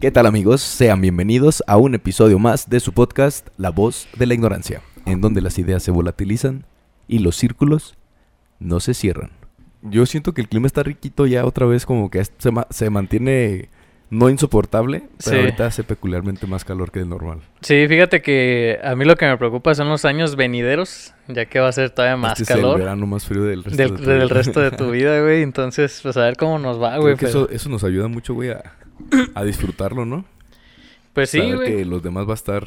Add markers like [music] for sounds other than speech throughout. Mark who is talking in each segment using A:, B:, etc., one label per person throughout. A: ¿Qué tal amigos? Sean bienvenidos a un episodio más de su podcast La voz de la ignorancia, en donde las ideas se volatilizan y los círculos no se cierran. Yo siento que el clima está riquito ya otra vez, como que se, ma- se mantiene no insoportable, pero
B: Sí.
A: ahorita hace peculiarmente más calor que el normal.
B: Sí, fíjate que a mí lo que me preocupa son los años venideros, ya que va a ser todavía más
A: Este es el
B: calor
A: verano más frío del resto
B: del,
A: de tu
B: del
A: vida. [laughs]
B: resto de tu vida, güey. Entonces, pues a ver cómo nos va,
A: Creo
B: güey.
A: que
B: pero-
A: eso, eso nos ayuda mucho, güey, a, a disfrutarlo, ¿no?
B: Pues sí,
A: Saber
B: güey.
A: que los demás va a estar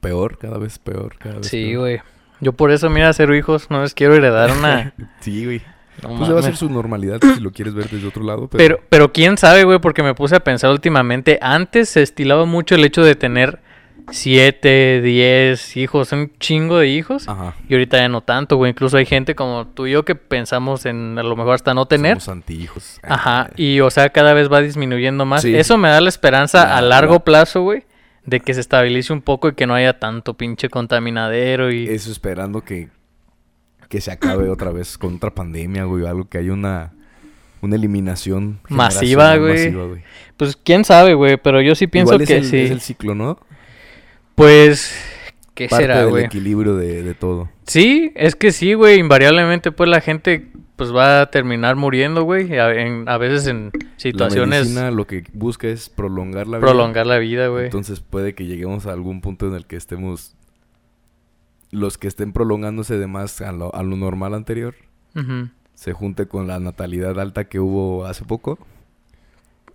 A: peor, cada vez peor, cada vez
B: Sí,
A: peor.
B: güey. Yo por eso, mira, cero hijos, no les quiero heredar
A: [laughs]
B: una...
A: Sí, güey.
B: No
A: Pues ya va a ser
B: mames.
A: su normalidad si lo quieres ver desde otro lado, pero...
B: Pero, pero quién sabe, güey, porque me puse a pensar últimamente. Antes se estilaba mucho el hecho de tener siete, diez hijos, un chingo de hijos.
A: Ajá.
B: Y ahorita ya no tanto, güey. Incluso hay gente como tú y yo que pensamos en a lo mejor hasta no tener.
A: Somos antihijos.
B: Ajá, y o sea, cada vez va disminuyendo más.
A: Este, Sí.
B: Eso me da la esperanza
A: La-
B: a largo
A: la-
B: plazo, güey, de que se estabilice un poco y que no haya tanto pinche contaminadero y...
A: Eso esperando que, que se
B: [clears throat]
A: acabe otra vez con otra pandemia, güey, o algo que haya una, una eliminación
B: Masiva,
A: generacional
B: güey.
A: masiva, güey.
B: Pues quién sabe, güey, pero yo sí pienso
A: Igual es
B: que
A: el,
B: sí.
A: es el ciclo, ¿no?
B: Pues, ¿qué
A: Parte
B: será,
A: del
B: güey?
A: equilibrio de, de todo.
B: Sí, es que sí, güey, invariablemente pues la gente pues va a terminar muriendo, güey, a, en- a veces en
A: La
B: situaciones
A: medicina lo que busca es prolongar la vida.
B: prolongar la vida, güey.
A: Entonces puede que lleguemos a algún punto en el que estemos... Los que estén prolongándose de más a lo- a lo normal anterior,
B: Ujú.
A: se junte con la natalidad alta que hubo hace poco.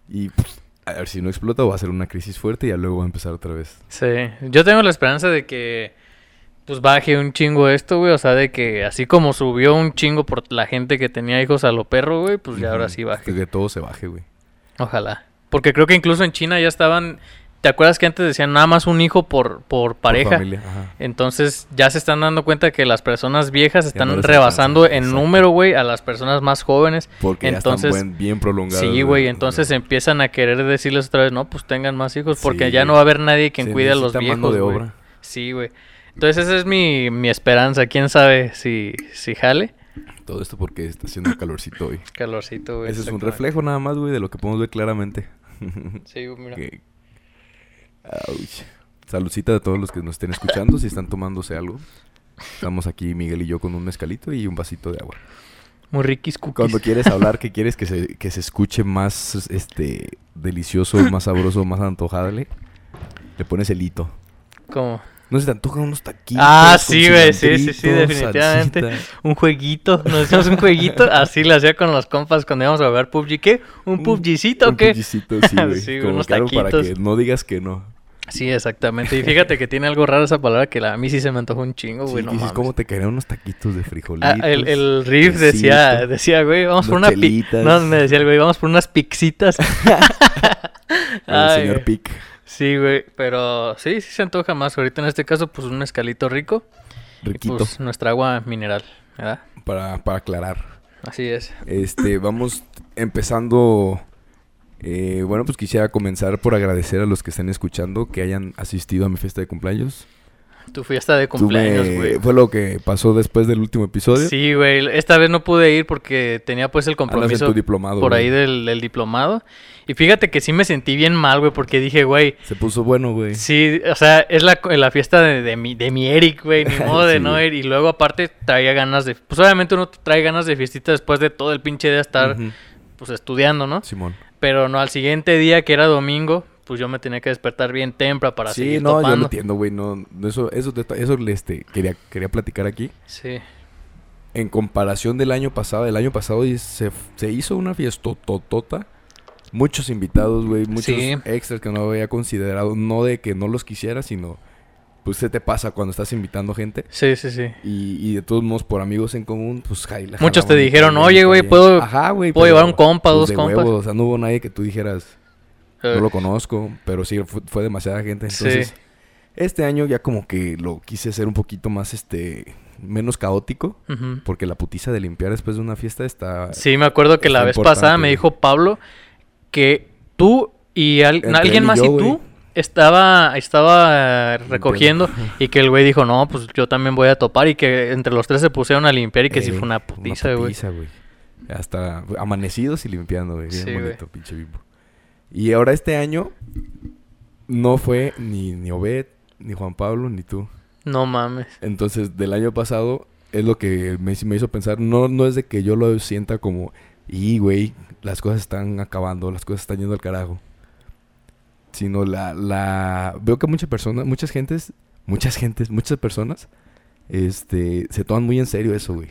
A: Y pues, a ver si no explota, va a ser una crisis fuerte y ya luego va a empezar otra vez.
B: Sí, yo tengo la esperanza de que pues baje un chingo esto, güey, o sea, de que así como subió un chingo por la gente que tenía hijos a lo perro, güey, pues ya ahora
A: Ujú.
B: sí baje.
A: Que, que todo se baje, güey.
B: Ojalá. Porque creo que incluso en China ya estaban, ¿te acuerdas que antes decían nada más un hijo por por
A: Por
B: pareja?
A: familia, ajá.
B: Entonces ya se están dando cuenta que las personas viejas están
A: no les
B: rebasando
A: alcanza,
B: en
A: exacto.
B: número, güey, a las personas más jóvenes.
A: Porque ya
B: Entonces-
A: están buen- bien prolongados.
B: Sí, güey, entonces eh, empiezan a querer decirles otra vez, no, pues tengan más hijos, porque
A: Sí,
B: ya no
A: güey.
B: va a haber nadie quien
A: Se
B: cuide a los
A: necesita
B: viejos.
A: mano de
B: güey.
A: obra.
B: Sí, güey. Entonces esa es mi, mi esperanza. ¿Quién sabe si, si jale?
A: Todo esto porque está haciendo calorcito hoy.
B: Calorcito, güey.
A: Ese es un
B: Pues, exactamente.
A: reflejo nada más, güey, de lo que podemos ver claramente. [laughs]
B: Sí, güey, mira.
A: Que- Ouch. Saludcita de todos los que nos estén escuchando, si están tomándose algo. Estamos aquí, Miguel y yo, con un mezcalito y un vasito de agua.
B: Muy riquis cookies.
A: Cuando quieres hablar, que quieres que se, que se escuche más este delicioso, más sabroso, más antojable, le pones el hito.
B: Como
A: No se te antojan unos taquitos.
B: Ah,
A: con
B: sí, güey, sí, sí, sí,
A: cilantrito,
B: definitivamente.
A: salsita?
B: un jueguito. Nos hacíamos un
A: [laughs]
B: jueguito. Así lo hacía con los compas cuando íbamos a jugar PUBG. ¿Qué? ¿Un,
A: Un-
B: PUBGcito o
A: Un
B: qué?
A: puchicito, sí, güey.
B: [laughs] Sí,
A: Como
B: unos
A: que algo para que
B: taquitos.
A: no digas que no.
B: Sí, exactamente. Y fíjate que tiene algo raro esa palabra que la- a mí sí se me antojó un chingo,
A: Sí,
B: güey. no
A: dices,
B: mames.
A: ¿cómo te caerían unos taquitos de frijolitos?
B: Ah, el, el riff
A: quesito,
B: decía, decía, güey, vamos por
A: unas
B: una pi-
A: chelitas.
B: No, me decía el güey, vamos por unas pixitas.
A: [laughs] El
B: Ay,
A: señor
B: güey.
A: Pic.
B: Sí, güey, pero sí, sí se antoja más. Ahorita en este caso, pues un escalito rico. y,
A: Riquito.
B: pues nuestra agua mineral, ¿verdad?
A: Para, para aclarar.
B: Así es.
A: Este, [laughs] vamos empezando. eh, bueno, pues quisiera comenzar por agradecer a los que están escuchando que hayan asistido a mi fiesta de cumpleaños.
B: Tu fiesta de
A: Tú me-
B: cumpleaños, güey.
A: Fue lo que pasó después del último episodio. Ah,
B: Sí, güey, esta vez no pude ir porque tenía pues el
A: Andas en
B: compromiso
A: tu diplomado.
B: por
A: güey.
B: ahí del, del diplomado. Y fíjate que sí me sentí bien mal, güey, porque dije, güey,
A: Se puso bueno, güey.
B: sí, o sea, es la, la fiesta de, de mi, de mi Eric,
A: [laughs]
B: güey, ni modo de
A: Sí,
B: no
A: güey.
B: ir. Y luego aparte traía ganas de, pues obviamente uno trae ganas de fiestita después de todo el pinche día estar
A: Ujú.
B: pues estudiando, ¿no?
A: Simón.
B: Pero no, al siguiente día, que era domingo, pues yo me tenía que despertar bien temprano para
A: Sí,
B: seguir
A: no, yo lo
B: topando.
A: entiendo, güey. No, no, eso, eso, deta- eso, este, quería, quería platicar aquí.
B: sí,
A: En comparación del año pasado, el año pasado y se, se hizo una fiesta totota. Muchos invitados, güey, muchos
B: Sí.
A: extras que no había considerado. No de que no los quisiera, sino pues se te pasa cuando estás invitando gente.
B: sí, sí, sí.
A: Y, y de todos modos, por amigos en común, pues jaila.
B: Muchos te dijeron, "Oye, güey, ¿puedo- puedo llevar un compa, dos compas?"
A: pues,
B: Eh.
A: o sea, no hubo nadie que tú dijeras, no lo conozco, pero sí, fu- fue, demasiada gente.
B: Sí.
A: Entonces, este año ya como que lo quise hacer un poquito más, este, menos caótico.
B: Ujú.
A: Porque la putiza de limpiar después de una fiesta está...
B: Sí, me acuerdo que la
A: Está
B: vez
A: pues, importante,
B: pasada me
A: güey.
B: dijo Pablo que tú y al-
A: Entre él
B: alguien
A: y
B: más
A: yo,
B: y
A: güey.
B: tú estaba, estaba eh, recogiendo y que el güey dijo, no, pues yo también voy a topar y que entre los tres se pusieron a limpiar y que sí
A: Ey,
B: fue una putiza, güey.
A: eh, putiza, güey. Hasta amanecidos y limpiando, güey. Bien
B: Sí, güey.
A: bonito, pinche vivo. Y ahora este año No fue ni, ni Obed, ni Juan Pablo, ni tú.
B: No mames.
A: Entonces, del año pasado es lo que me, me hizo pensar. No, no es de que yo lo sienta como, y güey, las cosas están acabando, las cosas están yendo al carajo. Sino la, la. Veo que muchas personas, muchas gentes, muchas gentes, muchas personas, este, se toman muy en serio eso, güey.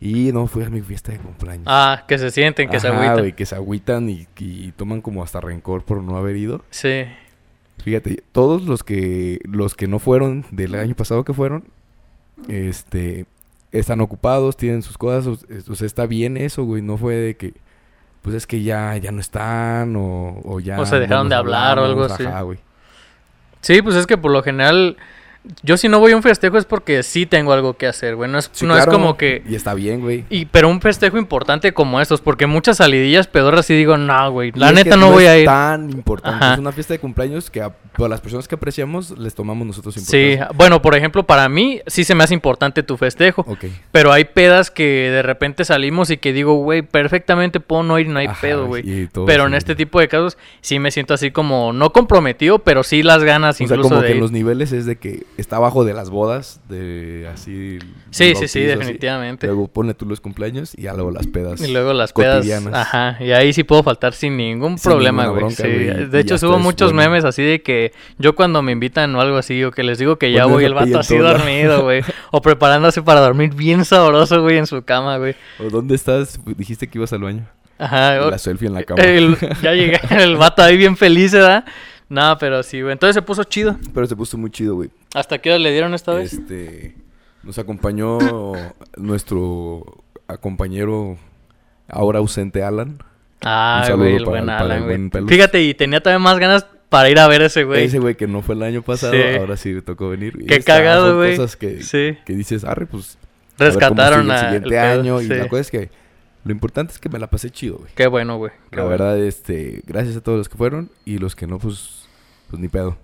A: Y no, fui a mi fiesta de cumpleaños.
B: Ah, que se sienten, que se
A: Ajá,
B: agüitan.
A: güey, que se agüitan y, y toman como hasta rencor por no haber ido.
B: Sí.
A: Fíjate, todos los que los que no fueron del año pasado que fueron, este, están ocupados, tienen sus cosas, o, o sea, está bien eso, güey, no fue de que pues es que ya ya no están o, o ya
B: O se
A: no
B: dejaron
A: nos
B: de hablar o algo
A: hablamos,
B: así.
A: ajá, güey.
B: Sí, pues es que por lo general, yo si no voy a un festejo es porque sí tengo algo que hacer, güey. No es,
A: Sí,
B: no
A: claro,
B: es como que...
A: y está bien, güey.
B: Y, pero un festejo importante como estos, porque muchas salidillas pedorras sí digo, no, güey,
A: Y
B: la
A: es
B: neta
A: que
B: no voy
A: es
B: a ir.
A: tan importante,
B: Ajá.
A: es una fiesta de cumpleaños que a, pues, a las personas que apreciamos les tomamos nosotros
B: Sí,
A: importancia.
B: bueno, por ejemplo, para mí sí se me hace importante tu festejo,
A: Ok.
B: pero hay pedas que de repente salimos y que digo, güey, perfectamente puedo no ir, no hay
A: Ajá,
B: pedo, güey.
A: y todo
B: Pero
A: eso,
B: en este
A: güey.
B: tipo de casos sí me siento así como, no comprometido, pero sí las ganas
A: O sea,
B: incluso
A: como
B: de
A: que en
B: ir.
A: los niveles es de que está abajo de las bodas, de así.
B: Sí,
A: del
B: sí, sí,
A: bautizo, así.
B: definitivamente.
A: Luego pone tú los cumpleaños y ya luego las pedas.
B: Y luego las pedas.
A: pues, cotidianas.
B: Ajá. Y ahí sí puedo faltar sin ningún
A: Sin
B: problema,
A: ninguna
B: güey.
A: bronca,
B: sí.
A: güey,
B: De
A: y
B: hecho,
A: hasta
B: subo
A: es
B: muchos
A: bueno.
B: memes así de que yo cuando me invitan o algo así, o que les digo que ya
A: Pones
B: voy,
A: la
B: el vato
A: pilla Pues, en
B: así
A: todo lado.
B: dormido, güey. O preparándose para dormir bien sabroso, güey, en su cama, güey.
A: ¿O dónde estás? Dijiste que ibas al baño.
B: Ajá. o-
A: La selfie en la cama. [laughs]
B: eh, el- ya llegué, el vato ahí bien feliz, ¿verdad? No, pero sí, güey. Entonces se puso chido.
A: Pero se puso muy chido, güey.
B: ¿Hasta qué hora le dieron esta vez?
A: Este. Nos acompañó nuestro compañero ahora ausente Alan.
B: Ah,
A: saludo
B: güey, el
A: para-
B: buen
A: para el
B: Alan,
A: buen
B: güey.
A: Pelus.
B: Fíjate, y tenía también más ganas para ir a ver ese güey.
A: Ese güey que no fue el año pasado,
B: Sí.
A: ahora sí le tocó venir. Y
B: Qué
A: está,
B: cagado,
A: son
B: güey.
A: cosas que,
B: Sí.
A: que dices, arre, pues A ver cómo
B: Rescataron
A: sigue
B: a-
A: el siguiente
B: el pedo,
A: año. Y
B: sí.
A: la cosa es que lo importante es que me la pasé chido, güey.
B: Qué bueno, güey. qué
A: La
B: bueno.
A: verdad, este, gracias a todos los que fueron y los que no, pues, pues ni pedo.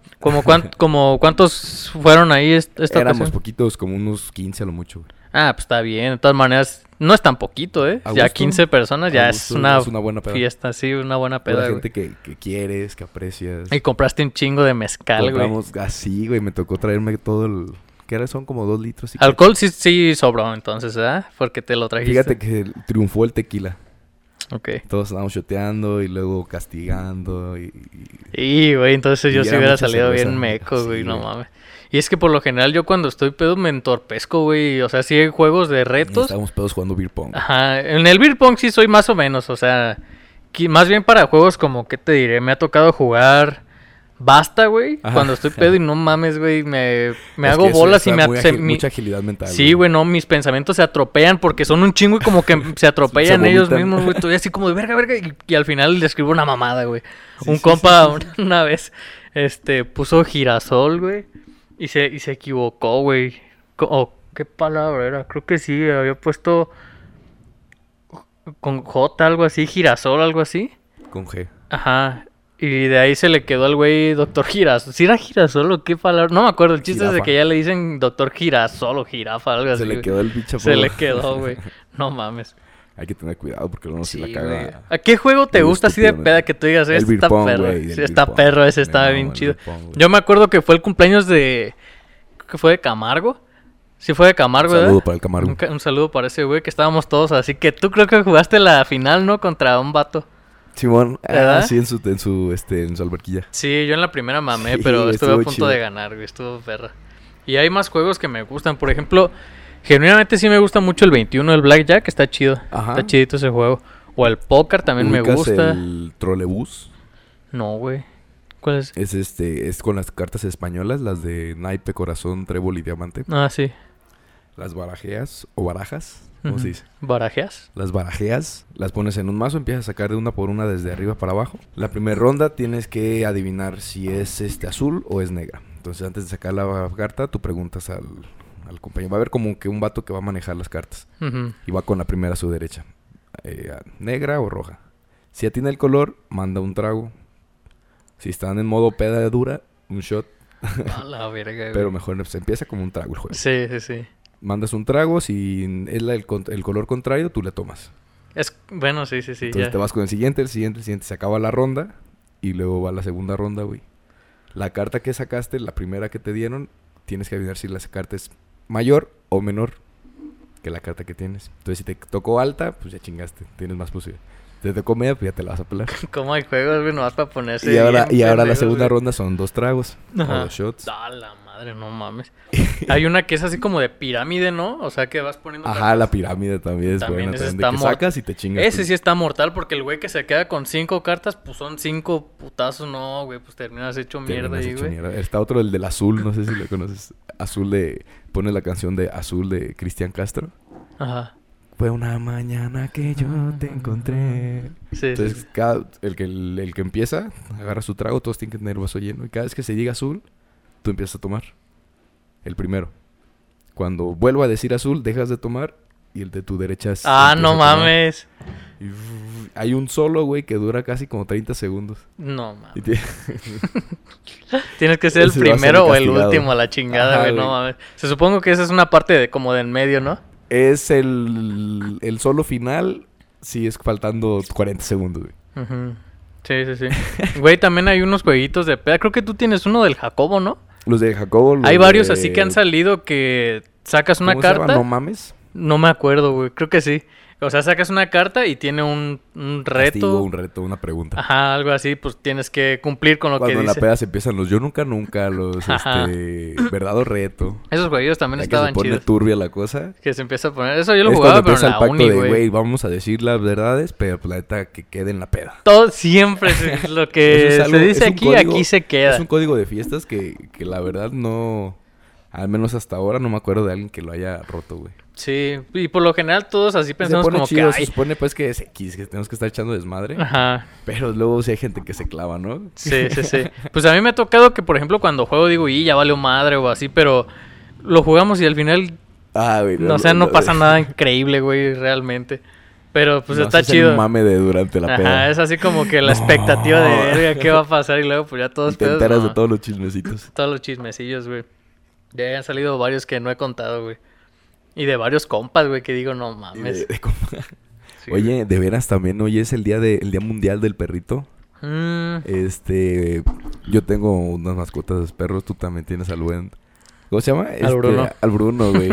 A: [laughs]
B: ¿Como, cuán- como cuántos fueron ahí est- esta
A: Éramos
B: ocasión?
A: poquitos, como unos 15 a lo mucho, güey.
B: Ah, pues está bien. De todas maneras, no es tan poquito, ¿eh?
A: A
B: Ya
A: gusto.
B: 15 personas, ya
A: A
B: es
A: gusto,
B: una,
A: es una buena peda.
B: fiesta, sí, una buena
A: Pura
B: peda, güey.
A: gente que, que quieres, que aprecias.
B: Y compraste un chingo de mezcal, güey.
A: Compramos así, güey. Me tocó traerme todo el. ¿Qué era? Son como dos litros. y
B: Alcohol sí, sí sobró entonces, ¿verdad? Porque te lo trajiste.
A: Fíjate que triunfó el tequila.
B: Ok.
A: Todos estábamos shoteando y luego castigando. Y, y-
B: Y, güey, entonces
A: Y
B: yo
A: era
B: sí hubiera
A: mucha
B: salido bien
A: cerveza.
B: meco, güey,
A: Sí,
B: no
A: güey.
B: mames. Y es que por lo general yo cuando estoy pedo me entorpezco, güey. O sea, sí hay juegos de retos.
A: Estábamos pedos jugando beer pong.
B: Ajá, en el beer pong sí soy más o menos, o sea, qui- más bien para juegos como, ¿qué te diré? Me ha tocado jugar basta, güey,
A: Ajá.
B: cuando estoy pedo y no mames, güey, me, me
A: Es
B: hago
A: que eso
B: bolas y
A: está
B: me...
A: muy
B: se-
A: agi-
B: mi-
A: Mucha agilidad mental.
B: Sí, güey, no, mis pensamientos se atropellan porque son un chingo y como que
A: [laughs]
B: se atropellan ellos
A: vomitan.
B: mismos, güey. Estoy así como de verga, verga y, y al final le escribo una mamada, güey.
A: Sí,
B: un
A: sí,
B: compa una, [laughs] una vez este, puso girasol, güey, y se, y se equivocó, güey. Co- o, ¿Qué palabra era? Creo que sí, había puesto con J algo así, girasol, algo así.
A: Con G.
B: Ajá. Y de ahí se le quedó al güey Doctor Girasol. ¿Si era Girasol o qué palabra? No me acuerdo. El chiste es de
A: Jirafa.
B: que ya le dicen Doctor Girasol o Jirafa, algo así.
A: Se le
B: güey.
A: quedó el bicho.
B: Se le quedó, güey. No mames.
A: [laughs] Hay que tener cuidado porque uno si
B: Sí,
A: la
B: güey.
A: caga.
B: ¿A qué juego te
A: Qué
B: gusta así de
A: estúpido,
B: peda
A: güey.
B: que tú digas,
A: El beer
B: está
A: pong,
B: perro,
A: güey, el
B: sí,
A: beer
B: está
A: pong.
B: perro, ese estaba
A: No,
B: bien
A: el
B: chido.
A: beer pong, güey.
B: Yo me acuerdo que fue el cumpleaños de... que fue de Camargo? Sí fue de Camargo, ¿verdad?
A: Saludo para el Camargo.
B: Un, ca- un saludo para ese güey que estábamos todos así que tú creo que jugaste la final, ¿no? Contra un vato.
A: Simón, ah,
B: ¿Verdad?
A: sí, en su, en su, este, en su alberquilla.
B: Sí, yo en la primera mamé,
A: Sí,
B: pero
A: güey,
B: estuve a
A: estuvo
B: punto
A: chido.
B: de ganar, güey. Estuvo perra. Y hay más juegos que me gustan. Por ejemplo, genuinamente sí me gusta mucho el 21, el Blackjack, está chido.
A: Ajá.
B: Está chidito ese juego. O el póker también me
A: Ubicas
B: gusta.
A: El trolebús
B: No, güey. ¿Cuál es?
A: es este, es con las cartas españolas, las de naipe, corazón, trébol y diamante.
B: Ah, sí.
A: Las barajeas o barajas, ¿cómo
B: Ujú.
A: se dice?
B: ¿Barajeas?
A: Las barajeas, las pones en un mazo, empiezas a sacar de una por una desde arriba para abajo. La primera ronda tienes que adivinar si es este azul o es negra. Entonces antes de sacar la carta, tú preguntas al, al compañero. Va a haber como que un vato que va a manejar las cartas. [laughs]
B: Ujú.
A: Y va con la primera a su derecha. Eh, negra o roja. Si atiene el color, manda un trago. Si están en modo peda dura, un shot.
B: A la verga, güey.
A: Pero mejor se empieza como un trago el juego.
B: Sí, sí, sí.
A: Mandas un trago, si es la- el, con- el color contrario, tú le tomas.
B: Es... Bueno, sí, sí, sí.
A: Entonces
B: ya.
A: te vas con el siguiente, el siguiente, el siguiente. Se acaba la ronda y luego va la segunda ronda, güey. La carta que sacaste, la primera que te dieron, tienes que adivinar si la carta es mayor o menor que la carta que tienes. Entonces, si te tocó alta, pues ya chingaste, tienes más posibilidades. Si te tocó media, pues ya te la vas a
B: [laughs]
A: pelar.
B: [laughs] ¿Cómo hay juegos, güey? Nomás para ponerse.
A: Y ahora,
B: bien
A: y ahora la
B: pendejos,
A: segunda
B: güey.
A: ronda son dos tragos
B: Ajá.
A: o dos shots.
B: Da la madre, no
A: [laughs]
B: mames. Hay una que es así como de pirámide, ¿no? O sea, que vas poniendo.
A: Ajá, la pirámide también es
B: También
A: buena.
B: ese
A: También
B: está
A: de que
B: mor-
A: sacas y te chingas.
B: Ese
A: tú.
B: sí está mortal porque el güey que se queda con cinco cartas, pues son cinco putazos, no, güey, pues terminas hecho mierda
A: Terminas
B: ahí,
A: hecho
B: güey.
A: mierda. Está otro, el del azul, no sé si lo conoces. Azul de. Pone la canción de Azul de Cristian Castro.
B: Ajá.
A: Fue una mañana que yo te encontré.
B: Sí, sí,
A: Entonces,
B: sí.
A: cada, el, que, el, el que empieza, agarra su trago, todos tienen que tener vaso lleno. Y cada vez que se diga azul, tú empiezas a tomar. El primero. Cuando vuelva a decir azul, dejas de tomar y el de tu derecha es-
B: Ah,
A: empieza
B: no
A: a tomar.
B: mames.
A: Y, uff, hay un solo, güey, que dura casi como 30 segundos.
B: No
A: Y
B: mames.
A: tiene-
B: Tienes que ser el
A: ese va a ser
B: primero o el
A: castigado.
B: último a la chingada,
A: Ajá,
B: güey, no
A: güey.
B: mames. Se supongo que esa es una parte de como de en medio, ¿no?
A: es el, el solo final, sí, es faltando 40 segundos, güey.
B: Ujú. Sí, sí,
A: [laughs]
B: sí. Güey, también hay unos jueguitos de peda. Creo que tú tienes uno del Jacobo, ¿no?
A: Los de Jacobo. los
B: Hay varios
A: de-
B: así que han salido que sacas una
A: ¿cómo se llama?
B: carta.
A: No
B: No,
A: mames.
B: me acuerdo, güey. Creo que sí. O sea, sacas una carta y tiene un, un reto.
A: Castigo, un reto, una pregunta.
B: Ajá, algo así, pues tienes que cumplir con lo
A: Cuando
B: que
A: en la
B: dice.
A: peda se empiezan los yo nunca nunca, los
B: [laughs] Ajá.
A: este verdad o reto.
B: Esos juegos también
A: Ya que se
B: estaban
A: pone
B: chidos.
A: turbia la cosa.
B: Que se empieza a poner. Eso yo lo
A: es
B: jugaba,
A: cuando
B: pero en
A: empieza el
B: la
A: pacto
B: uni,
A: de güey,
B: güey.
A: vamos a decir las verdades, pero pues, la neta que quede en la peda.
B: Todo siempre
A: [laughs]
B: es lo
A: Eso
B: que
A: es algo-
B: se dice
A: es un
B: aquí,
A: código-
B: aquí se queda.
A: Es un código de fiestas que, que la verdad no, al menos hasta ahora no me acuerdo de alguien que lo haya roto, güey.
B: Sí, y por lo general todos así
A: Se
B: pensamos
A: pone
B: como
A: chido,
B: que
A: se
B: ay. Ah.
A: supone pues que es X, que tenemos que estar echando desmadre,
B: Ajá.
A: pero luego sí hay gente que se clava, ¿no?
B: Sí, sí, sí. Pues a mí me ha tocado que, por ejemplo, cuando juego digo, y ya valió madre o así, pero lo jugamos y al final,
A: Ah, güey,
B: no, o sea, no pasa
A: no-
B: nada increíble, güey, realmente. Pero pues
A: no
B: está
A: haces el
B: chido.
A: mame de durante la peda.
B: Ajá, es así como que la
A: No.
B: expectativa de verga, qué va a pasar y luego pues ya todos
A: Y te
B: pedos,
A: enteras
B: no.
A: de todos los chismecitos.
B: Todos los chismecillos, güey. Ya han salido varios que no he contado, güey. Y de varios compas, güey, que digo, no
A: Y de-
B: mames.
A: de cómo- [laughs]
B: Sí, güey.
A: Oye, de veras también, hoy es el día de, el día mundial del perrito.
B: Mm,
A: Este, yo tengo unas mascotas de perros, tú también tienes al buen. ¿Cómo se llama? Este,
B: Bruno.
A: Al Bruno,
B: [laughs]
A: güey.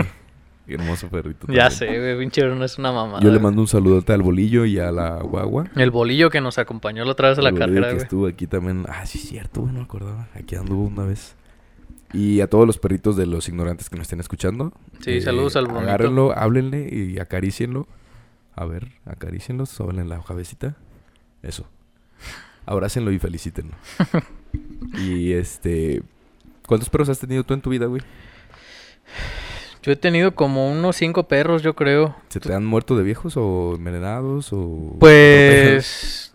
A: Qué hermoso perrito.
B: ya
A: también.
B: sé, güey, pinche no es una mamada.
A: pues, Yo le
B: güey.
A: mando un saludote al bolillo y a la guagua.
B: El bolillo que nos acompañó la otra vez a la
A: Al bolillo
B: carrera,
A: que
B: güey.
A: estuvo aquí también. Ah, sí, es cierto, güey, no me acordaba. Aquí anduvo una vez. Y a todos los perritos de los ignorantes que nos estén escuchando. eh,
B: Sí, saludos al Brunito.
A: Agárrenlo, háblenle y acarícienlo. A ver, acarícienlo, en la cabecita. Eso. Abrácenlo y
B: [laughs]
A: felicítenlo. y este. ¿Cuántos perros has tenido tú en tu vida, güey?
B: Yo he tenido como unos cinco perros, yo creo.
A: ¿Se te han muerto de viejos o envenenados o.? atropellados?
B: Pues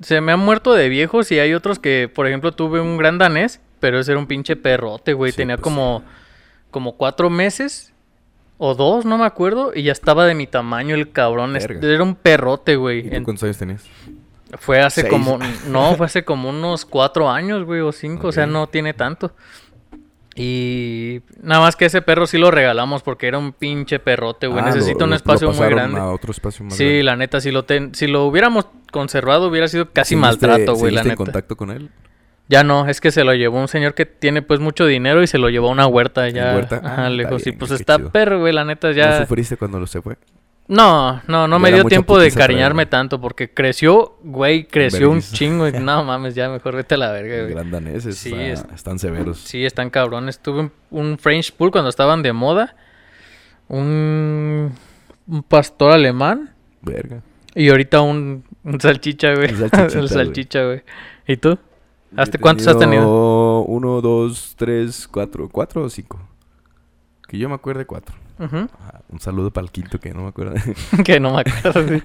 B: se me han muerto de viejos y hay otros que, por ejemplo, tuve un gran danés, pero ese era un pinche perrote, güey.
A: Sí,
B: Tenía
A: pues,
B: como, como cuatro meses o dos, no me acuerdo, y ya estaba de mi tamaño el cabrón. Es-
A: Verga.
B: Era un perrote, güey.
A: ¿Y tú
B: En-
A: cuántos años tenías?
B: Fue hace
A: Seis. [laughs]
B: como, no, fue hace como unos cuatro años, güey, o cinco, o sea,
A: Ok.
B: no tiene tanto. Y nada más que ese perro sí lo regalamos porque era un pinche perrote, güey.
A: Ah, lo-
B: Necesita
A: lo-
B: un
A: lo
B: espacio muy
A: pasaron
B: grande.
A: a otro espacio más
B: Sí,
A: grande.
B: la neta, si lo, ten- si lo hubiéramos conservado hubiera sido casi
A: ¿Seguiste-
B: maltrato, güey,
A: seguiste
B: la neta.
A: en contacto con él?
B: Ya no, es que se lo llevó un señor que tiene pues mucho dinero y se lo llevó a una huerta
A: ¿En
B: ya.
A: huerta?
B: Ajá,
A: Ah,
B: lejos.
A: está
B: y
A: bien,
B: pues
A: qué
B: está
A: chido.
B: perro, güey, la neta
A: ¿No
B: ya.
A: sufriste cuando lo se fue?
B: No, no, no
A: Ya
B: me
A: era
B: dio
A: mucha
B: tiempo de
A: putiza para él,
B: cariñarme
A: güey.
B: tanto porque creció, güey, creció un
A: Verguiza.
B: chingo.
A: [laughs]
B: Y, no mames, ya mejor vete a la verga, güey.
A: Gran daneses
B: Sí,
A: ah,
B: es-
A: están severos.
B: Sí, están cabrones. Tuve un, un French Pool cuando estaban de moda. Un, un pastor alemán.
A: Verga.
B: Y ahorita un, un salchicha, güey.
A: Un
B: [laughs]
A: salchichita,
B: El
A: güey.
B: salchicha, güey. ¿Y tú? ¿Hasta
A: He
B: cuántos has tenido?
A: Uno, dos, tres, cuatro. ¿Cuatro o cinco? Que yo me acuerde cuatro.
B: Ujú.
A: Ajá, Un saludo para el quinto que no me acuerdo. [laughs]
B: [laughs] que no me acuerdo. güey.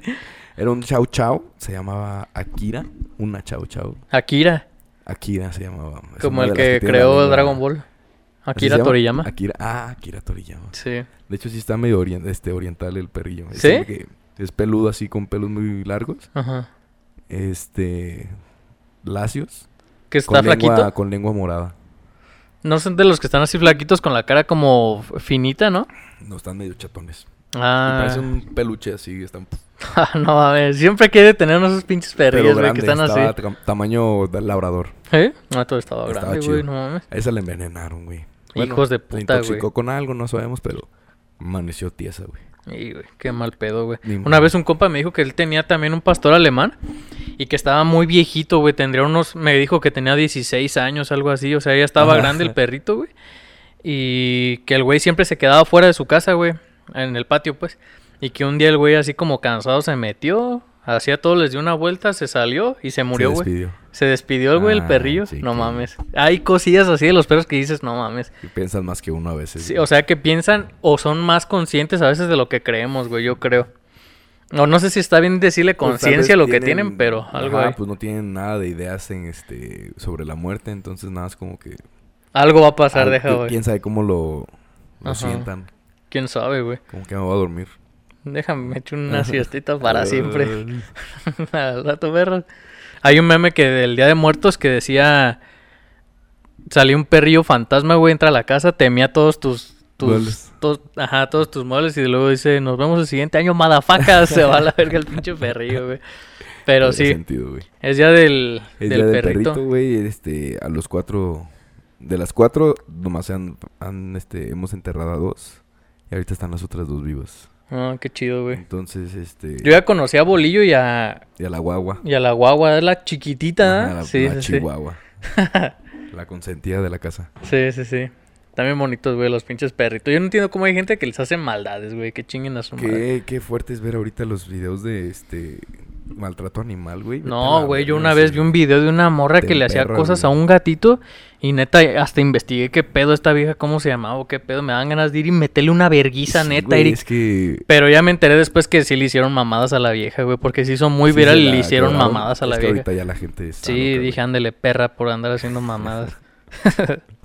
A: Era un chau chau. Se llamaba Akira. Una chau chau.
B: Akira, Akira,
A: Akira se llamaba. Es
B: como
A: una
B: el
A: de las
B: que
A: tiene la
B: creó
A: lengua-
B: Dragon Ball.
A: ¿Así
B: Akira
A: se llama?
B: Toriyama.
A: Akira. Ah, Akira Toriyama.
B: Sí.
A: De hecho, sí está medio orien- este, oriental el perrillo. Es
B: ¿Sí?
A: como que es peludo así, con pelos muy largos.
B: Ajá.
A: Este. Lacios.
B: Que está
A: con lengua-
B: flaquito.
A: Con lengua morada.
B: No son de los que están así flaquitos con la cara como finita, ¿no?
A: No, están medio chatones. Y
B: Ah.
A: Parece un peluche así, están
B: [laughs] Ah, no mames, siempre quiere tener unos pinches perrillos, güey, que
A: grande,
B: están
A: estaba
B: así.
A: tra- tamaño de labrador.
B: ¿Eh? No, todo estaba
A: Estaba
B: grande,
A: chido.
B: güey, no mames.
A: A esa la envenenaron, güey.
B: Hijos de puta,
A: Se
B: güey.
A: intoxicó con algo, no sabemos, pero amaneció tiesa, güey.
B: Y, güey, qué mal pedo, güey.
A: Ni
B: Una
A: modo.
B: vez un compa me dijo que él tenía también un pastor alemán y que estaba muy viejito, güey. Tendría unos. Me dijo que tenía 16 años, algo así. O sea, ya estaba
A: Ajá.
B: grande el perrito, güey. Y que el güey siempre se quedaba fuera de su casa, güey. En el patio, pues. Y que un día el güey, así como cansado, se metió. Hacía todo, les dio una vuelta, se salió y se murió,
A: Se
B: güey.
A: despidió.
B: Se despidió el güey, el
A: Ah,
B: perrillo.
A: sí,
B: no
A: claro.
B: mames. Hay cosillas así de los perros que dices, no mames.
A: Y piensan más que uno a veces.
B: Sí,
A: güey.
B: o sea que piensan o son más conscientes a veces de lo que creemos, güey, yo creo. O no sé si está bien decirle
A: Pues, tal
B: conciencia a
A: vez
B: lo que tienen, pero algo
A: Ajá,
B: ahí.
A: pues no tienen nada de ideas en este sobre la muerte, entonces nada es como que
B: Algo va a pasar,
A: al-
B: deja,
A: qui-
B: güey. ¿quién?
A: quién sabe cómo lo, lo
B: Ajá.
A: sientan,
B: sabe, güey?
A: como que me voy a dormir
B: Déjame, me echo una siestita
A: [laughs]
B: para siempre. [laughs] Al rato, perro. Hay un meme que del Día de Muertos que decía... Salió un perrillo fantasma, güey, entra a la casa, temía todos tus... tus
A: Muebles.
B: to- ajá, todos tus muebles y luego dice, nos vemos el siguiente año, madafaca. [laughs] Se va a la verga el pinche perrillo, güey. Pero
A: Tiene
B: sí.
A: sentido, güey.
B: Es ya del,
A: El
B: del
A: día del
B: perrito.
A: perrito, güey, este, a los cuatro, de las cuatro, nomás se han, han, este, hemos enterrado a dos. Y ahorita están las otras dos vivas.
B: Ah, qué chido, güey.
A: Entonces, este,
B: Yo ya conocí a Bolillo y a,
A: y a la guagua.
B: y a la guagua, es la chiquitita.
A: Ajá,
B: ¿ah?
A: la,
B: sí,
A: la
B: sí, sí, [laughs]
A: chihuahua. la consentida de la casa.
B: sí, sí, sí. También bonitos, güey, los pinches perritos. Yo no entiendo cómo hay gente que les hace maldades, güey, que chinguen a su madre.
A: Qué, qué fuerte es ver ahorita los videos de, este, maltrato animal, güey. Vete a
B: No,
A: la
B: güey, yo
A: verga,
B: una vez
A: sí.
B: vi un video de una morra
A: Te
B: que le hacía
A: emperra,
B: cosas
A: güey.
B: a un gatito y neta hasta investigué qué pedo esta vieja, cómo se llamaba, o qué pedo, me dan ganas de ir y meterle una verguiza
A: Sí,
B: neta,
A: güey,
B: Eric.
A: es que...
B: Pero ya me enteré después que sí le hicieron mamadas a la vieja, güey, porque se hizo muy
A: sí se
B: viral y
A: la
B: le hicieron
A: quebraron.
B: mamadas a
A: Es
B: la
A: que
B: vieja.
A: ahorita ya la gente está loca,
B: Sí,
A: Ah, güey.
B: dije, ándele perra por andar haciendo mamadas. [laughs]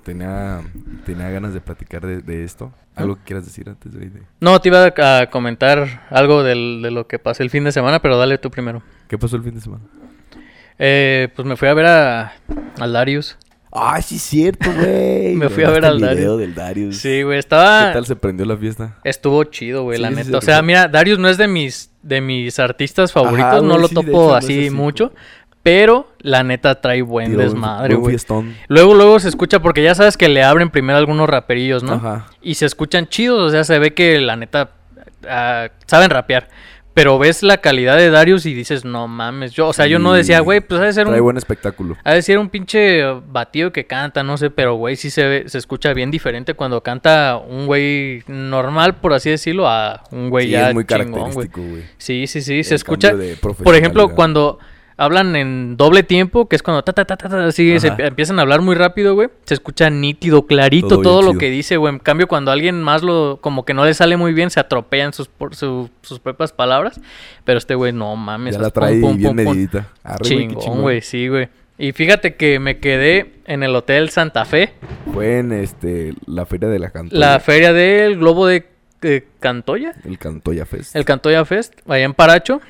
A: Tenía, tenía ganas de platicar de, de esto. ¿Algo que quieras decir antes, güey? de-
B: No, te iba a a comentar algo del- de lo que pasé el fin de semana, pero dale tú primero.
A: ¿Qué pasó el fin de semana?
B: Eh, pues me fui a ver a, a Darius.
A: Ah, sí, es cierto, güey.
B: [laughs] Me fui a ver
A: Mandaste
B: al
A: el
B: Darius.
A: video del Darius.
B: Sí, ah. güey,
A: ¿Qué
B: estaba...
A: tal se prendió la fiesta?
B: Estuvo chido, güey,
A: Sí,
B: la
A: sí,
B: neta.
A: sí,
B: o sea,
A: sí.
B: mira, Darius no es de mis, de mis artistas favoritos,
A: Ajá,
B: no
A: güey,
B: lo
A: sí, de hecho,
B: topo
A: no es
B: así
A: así,
B: mucho, pero la neta trae buen
A: Tiró
B: desmadre,
A: buen
B: güey.
A: fiestón.
B: Luego, luego se escucha, porque ya sabes que le abren primero algunos raperillos, ¿no?
A: Ajá.
B: Y se escuchan chidos, o sea, se ve que la neta ah, saben rapear. Pero ves la calidad de Darius y dices, no mames. Yo, o sea, yo no decía,
A: Y
B: güey, pues ha de ser
A: Trae
B: un.
A: buen espectáculo.
B: Ha de ser un pinche eh, batido que canta, no sé, pero güey, sí se, ve- se escucha bien diferente cuando canta un güey normal, por así decirlo, a un güey
A: Sí,
B: ya
A: es muy
B: chingón, güey.
A: característico, güey.
B: Sí, sí, sí,
A: El
B: se escucha.
A: cambio de
B: Por ejemplo,
A: profesionalidad.
B: cuando hablan en doble tiempo, que es cuando ta ta ta ta, ta, así se
A: Ajá.
B: empiezan a hablar muy rápido, güey, se escucha nítido, clarito
A: Todo
B: todo,
A: bien
B: lo
A: chido.
B: que dice, güey. En cambio, cuando alguien más lo como que no le sale muy bien, se atropellan sus por, su- sus propias palabras, pero este güey no mames,
A: Ya la
B: pum,
A: trae
B: pum,
A: bien
B: pum, pum.
A: medidita. Arre, güey, qué
B: Chingón, güey, sí, güey. Y fíjate que me quedé en el Hotel Santa Fe,
A: Fue en este, la feria de la Cantoya.
B: la feria del Globo de, de Cantoya.
A: El Cantoya Fest.
B: El Cantoya Fest, allá en Paracho.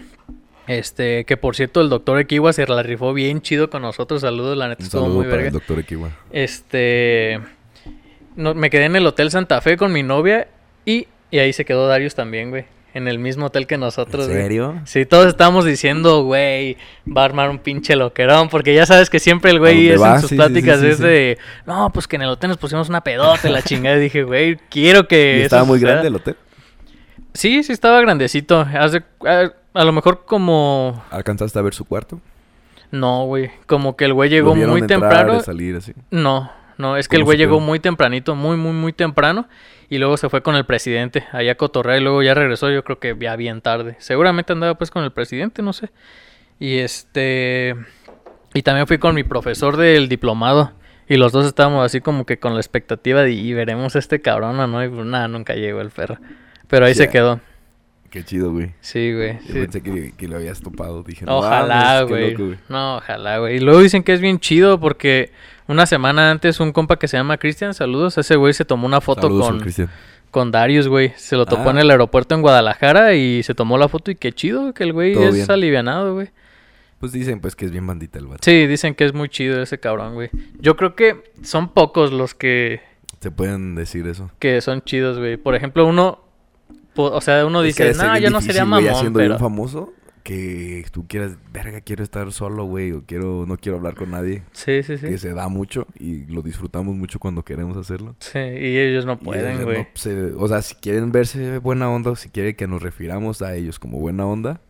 B: Este, que por cierto, el doctor Equiwa se la rifó bien chido con nosotros. Saludos, la neta
A: Un
B: estuvo
A: saludo
B: muy
A: para el
B: verga.
A: doctor Equiwa.
B: Este. no- me quedé en el Hotel Santa Fe con mi novia y, y ahí se quedó Darius también, güey. En el mismo hotel que nosotros, güey. Sí, todos estábamos diciendo, güey, va a armar un pinche loquerón, porque ya sabes que siempre el güey
A: dónde
B: es
A: va?
B: en sus
A: Sí, sí, sí,
B: pláticas
A: sí,
B: es
A: sí.
B: de, no, pues que en el hotel nos pusimos una pedota, y la chingada. Y dije, güey, quiero
A: ¿Y
B: que. eso
A: estaba muy
B: suceda".
A: grande el hotel?
B: Sí, sí estaba grandecito. Haz de- a, a lo mejor como...
A: ¿Alcanzaste a ver su cuarto?
B: No, güey. Como que el güey
A: Lo
B: llegó
A: vieron
B: muy
A: entrar,
B: temprano.
A: salir así.
B: No, no, es que el
A: ¿Cómo
B: güey llegó
A: supieron?
B: muy tempranito, muy, muy, muy temprano. Y luego se fue con el presidente allá a cotorrear y luego ya regresó, yo creo que ya bien tarde. Seguramente andaba pues con el presidente, no sé. Y este... Y también fui con mi profesor del diplomado. Y los dos estábamos así como que con la expectativa de, y veremos a este cabrón o no. Y pues nada, nunca llegó el perro. Pero ahí se
A: Ya.
B: quedó.
A: Qué chido, güey.
B: Sí, güey.
A: Yo
B: sí.
A: pensé que, que lo habías topado. Dije, no
B: Ojalá,
A: mames, qué
B: güey.
A: loco, güey.
B: No, ojalá, güey. Y luego dicen que es bien chido porque una semana antes un compa que se llama Cristian, saludos, ese güey se tomó una foto
A: Saludos, Sir
B: con,
A: Cristian.
B: con Darius, güey. Se lo topó
A: Ah.
B: en el aeropuerto en Guadalajara y se tomó la foto y qué chido que el güey
A: Todo
B: es
A: bien.
B: alivianado, güey.
A: Pues dicen pues que es bien bandita el vato.
B: Sí, dicen que es muy chido ese cabrón, güey. Yo creo que son pocos los que,
A: Se pueden decir eso.
B: que son chidos, güey. Por ejemplo, uno po- o sea, uno
A: Es que
B: dice,
A: debe ser
B: no,
A: bien
B: yo no
A: difícil,
B: sería
A: güey, ya
B: mamón,
A: siendo
B: pero...
A: bien famoso que tú quieras, verga, quiero estar solo, güey, o quiero, no quiero hablar con nadie.
B: Sí, sí, sí.
A: Que se da mucho y lo disfrutamos mucho cuando queremos hacerlo.
B: Sí, y ellos no
A: Y
B: pueden,
A: ellos
B: güey.
A: no se- o sea, si quieren verse buena onda, o si quieren que nos refiramos a ellos como buena onda,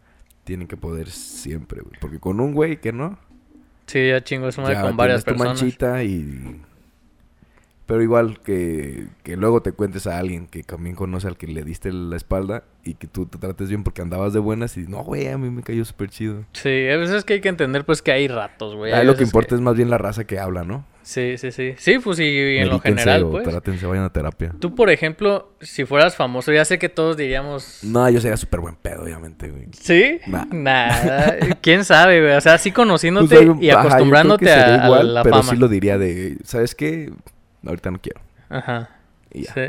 A: tienen que poder siempre, güey. Porque con un güey que no,
B: Sí, ya chingo es madre
A: ya
B: con varias
A: tienes tu
B: personas.
A: manchita y... Pero igual que, que luego te cuentes a alguien que también conoce al que le diste la espalda y que tú te trates bien porque andabas de buenas y no, güey, a mí me cayó súper chido.
B: Sí, a veces que hay que entender pues que hay ratos, güey.
A: Ahí Ah,
B: Hay
A: lo que
B: veces
A: importa es más bien la raza que habla, ¿no?
B: Sí, sí, sí. Sí, pues y, y en lo
A: Medítense
B: general,
A: o
B: pues.
A: Trátense, vayan a terapia.
B: Tú, por ejemplo, si fueras famoso, ya sé que todos diríamos...
A: No, yo sería súper buen pedo, obviamente, güey.
B: ¿Sí?
A: Nah.
B: Nada. ¿Quién sabe, güey? O sea, sí
A: Pues,
B: conociéndote
A: güey,
B: y
A: ajá, yo creo que
B: acostumbrándote a-
A: sería
B: a,
A: igual,
B: la
A: pero
B: fama.
A: sí lo diría de, ¿sabes qué? Ahorita no quiero.
B: Ajá.
A: Y ya.
B: Sí.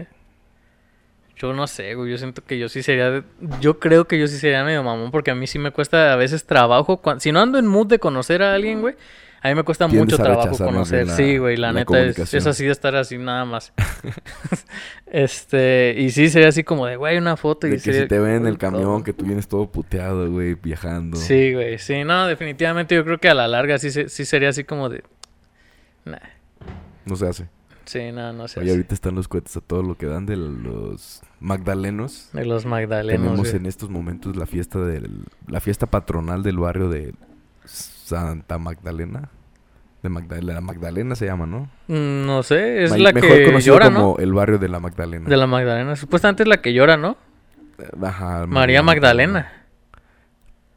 B: Yo no sé, güey. Yo siento que yo sí sería. de- Yo creo que yo sí sería medio mamón. Porque a mí sí me cuesta a veces trabajo. cuan- Si no ando en mood de conocer a alguien, güey. A mí me cuesta
A: Tiendes
B: mucho
A: a
B: trabajo
A: rechazar más bien
B: conocer.
A: la-
B: sí, güey. La,
A: la
B: neta es,
A: comunicación.
B: es así de estar así nada más. [laughs] este. Y sí sería así como de, güey, una foto.
A: De
B: Y
A: que
B: sería-
A: si te ven en el
B: Todo.
A: camión, que tú vienes todo puteado, güey, viajando.
B: Sí, güey. Sí, no, definitivamente yo creo que a la larga sí, se- sí sería así como de. Nah.
A: No se hace.
B: Sí, no, no sé.
A: Oye, ahorita están los cohetes a todo lo que dan de los magdalenos.
B: De los Magdalenos.
A: Tenemos
B: güey.
A: en estos momentos la fiesta del, la fiesta patronal del barrio de Santa Magdalena. De Magdalena, Magdalena se llama, ¿no?
B: Mm, No sé, es
A: Ma-
B: la que llora,
A: como
B: ¿no?
A: el barrio de la Magdalena.
B: De la Magdalena. Supuestamente es la que llora, ¿no?
A: Ajá,
B: María Magdalena.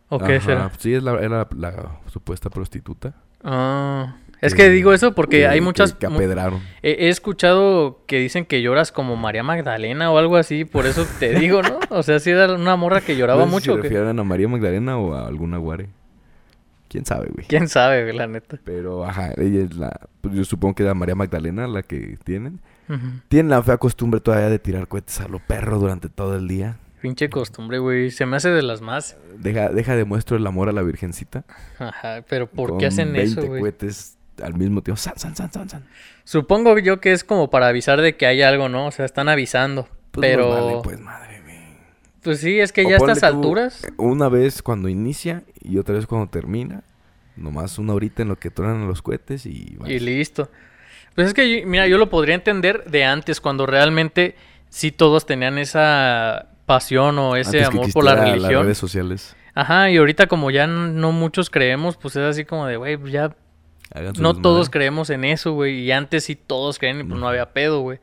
B: ¿O qué
A: Ajá,
B: será?
A: Sí, es la, era la, la supuesta prostituta.
B: Ah, es que digo eso porque hay muchas...
A: Eh, Que, que
B: mu-
A: apedraron.
B: he, he escuchado que dicen que lloras como María Magdalena o algo así, por eso te
A: [laughs]
B: digo, ¿no? O sea, si era una morra que lloraba
A: No sé Pues, Si
B: mucho. ¿o
A: se
B: qué?
A: refieren a María Magdalena o a alguna guare. Quién sabe, güey.
B: ¿Quién sabe, güey, la neta?
A: Pero, ajá, ella es la. pues, yo supongo que era María Magdalena la que tienen.
B: Ujú.
A: Tienen la fea costumbre todavía de tirar cohetes a los perros durante todo el día.
B: Pinche costumbre, güey. Se me hace de las más.
A: Deja, deja de muestro el amor a la Virgencita.
B: Ajá, pero ¿por
A: con
B: qué hacen eso,
A: 20
B: güey?
A: cohetes al mismo tiempo. San, san, san, san, san.
B: Supongo yo que es como para avisar de que hay algo, ¿no? O sea, están avisando.
A: Pues
B: pero...
A: nos vale, pues madre mía.
B: Pues sí, es que
A: O
B: ya a estas
A: ponle tú,
B: alturas.
A: Una vez cuando inicia y otra vez cuando termina. Nomás una horita en lo que truenan los cohetes y... vale.
B: Y listo. Pues es que, yo- mira, yo lo podría entender de antes, cuando realmente sí todos tenían esa pasión o ese
A: Antes que
B: amor por la
A: existiera Las
B: religión.
A: redes sociales.
B: Ajá, y ahorita como ya n- no muchos creemos, pues es así como de, güey, pues ya
A: Hagan su
B: no
A: desmadre.
B: todos creemos en eso, güey. Y antes sí todos creían y pues no
A: Ujú.
B: había pedo, güey.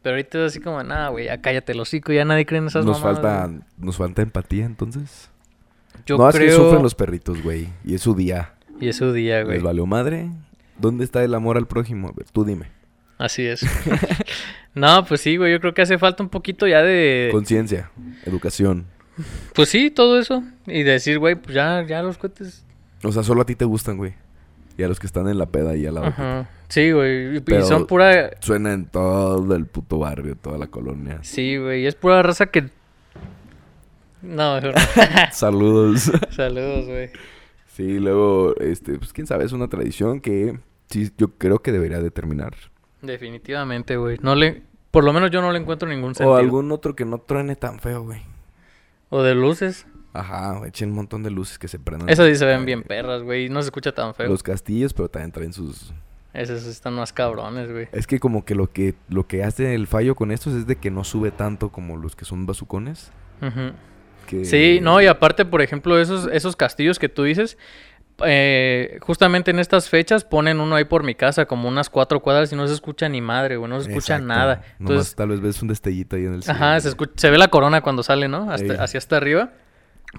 B: Pero ahorita es así como, nada, güey, ya cállate los hocico, ya nadie cree en esas
A: Nos
B: mamadas,
A: falta,
B: güey".
A: nos falta empatía, entonces.
B: Yo
A: no, así
B: creo...
A: sufren los perritos, güey. Y es su día.
B: Y es su día, güey.
A: ¿Les valió madre? ¿Dónde está el amor al prójimo? A ver, tú dime.
B: Así es. [laughs] no, pues sí, güey, yo creo que hace falta un poquito ya de...
A: Conciencia, educación.
B: Pues sí, todo eso. Y decir, güey, pues ya, ya los cohetes.
A: O sea, solo a ti te gustan, güey. Y a los que están en la peda y a la boca.
B: Ajá. Sí, güey. y- Y
A: Pero-
B: son pura.
A: Suena en todo el puto barrio, toda la
B: [laughs]
A: colonia.
B: Sí, güey. y Es pura raza que. No, mejor
A: [laughs] Saludos.
B: no. Saludos, güey.
A: sí, luego, este, pues quién sabe, es una tradición que sí, yo creo que debería de terminar.
B: Definitivamente, güey. No le. Por lo menos yo no le encuentro ningún sentido.
A: O algún otro que no truene tan feo, güey.
B: O de luces.
A: Ajá, echen un montón de luces que se prendan. Eh,
B: Esas sí se ven bien perras, güey. y No se escucha tan feo.
A: Ah, Los castillos, pero también traen sus...
B: Esas están más cabrones, güey.
A: Es que como que lo que lo que hace el fallo con estos es de que no sube tanto como los que son bazucones.
B: Ujú.
A: Que...
B: Sí, no, y aparte, por ejemplo, esos, esos castillos que tú dices, eh, justamente en estas fechas ponen uno ahí por mi casa, como unas cuatro cuadras, y no se escucha ni madre, güey, no se escucha
A: Exacto.
B: nada.
A: Nomás
B: Entonces,
A: tal vez ves un destellito ahí en el
B: ajá, se, escucha- se ve la corona cuando sale, ¿no? Hasta,
A: Ey.
B: Hacia hasta arriba.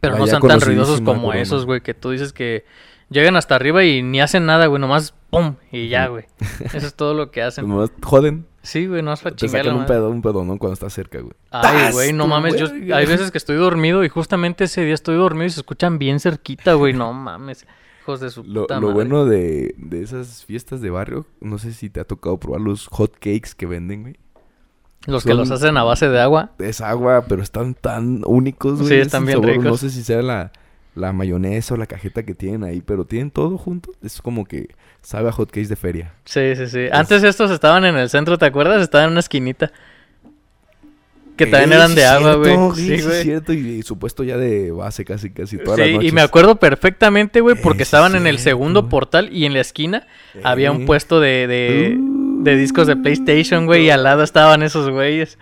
B: Pero no
A: Allá
B: son tan ruidosos
A: conocidísima
B: como
A: corona.
B: esos, güey, que tú dices que llegan hasta arriba y ni hacen nada, güey, nomás ¡pum! Y ya,
A: Ujú.
B: güey. Eso es todo lo que hacen.
A: Nomás joden.
B: Sí, güey, no es para
A: Te
B: chingar la
A: sacan un
B: madre.
A: pedo, un pedonón cuando estás cerca, güey.
B: Ay,
A: ¡Tas,
B: güey, no
A: tu
B: mames. Yo,
A: verga!
B: hay veces que estoy dormido y justamente ese día estoy dormido y se escuchan bien cerquita, güey. No mames. Hijos de su
A: Lo,
B: puta
A: lo
B: madre.
A: bueno de, de esas fiestas de barrio, no sé si te ha tocado probar los hot cakes que venden, güey.
B: Los que los
A: son-
B: hacen a base de agua.
A: Es agua, pero están tan únicos,
B: Sí,
A: güey. ese
B: están bien
A: sabor, No
B: ricos.
A: sé si sea la, la mayonesa o la cajeta que tienen ahí, pero tienen todo junto. Es como que sabe a hot cakes de feria.
B: Sí, sí, sí. Antes estos estaban en el centro, ¿te acuerdas? Estaban en una esquinita. que también
A: Eh,
B: eran
A: sí
B: de
A: es
B: agua, güey.
A: cierto,
B: Sí,
A: sí,
B: güey.
A: es cierto. Y, y supuesto ya de base casi, casi todas
B: Sí,
A: las noches.
B: y me acuerdo perfectamente, güey, porque
A: Eh,
B: estaban en el
A: cierto.
B: segundo portal y en la esquina había un
A: Eh.
B: puesto de, de, de discos de PlayStation, güey, y al lado estaban esos güeyes.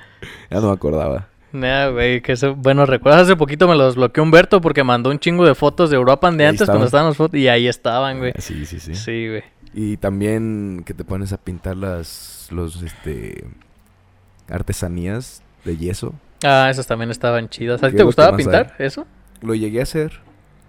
A: Ya no me acordaba.
B: Nah, güey, que eso. Bueno, recuerdas hace poquito me lo desbloqueó Humberto porque mandó un chingo de fotos de Europa de
A: Ahí
B: antes cuando
A: estaban.
B: estaban los fotos y ahí estaban, güey.
A: Ah, Sí, sí, sí.
B: Sí, güey.
A: Y también que te pones a pintar las los este artesanías de yeso.
B: Ah, esas también estaban chidas. ¿A
A: ¿Qué es lo
B: ti te
A: que
B: gustaba
A: más
B: pintar eso?
A: Lo llegué a hacer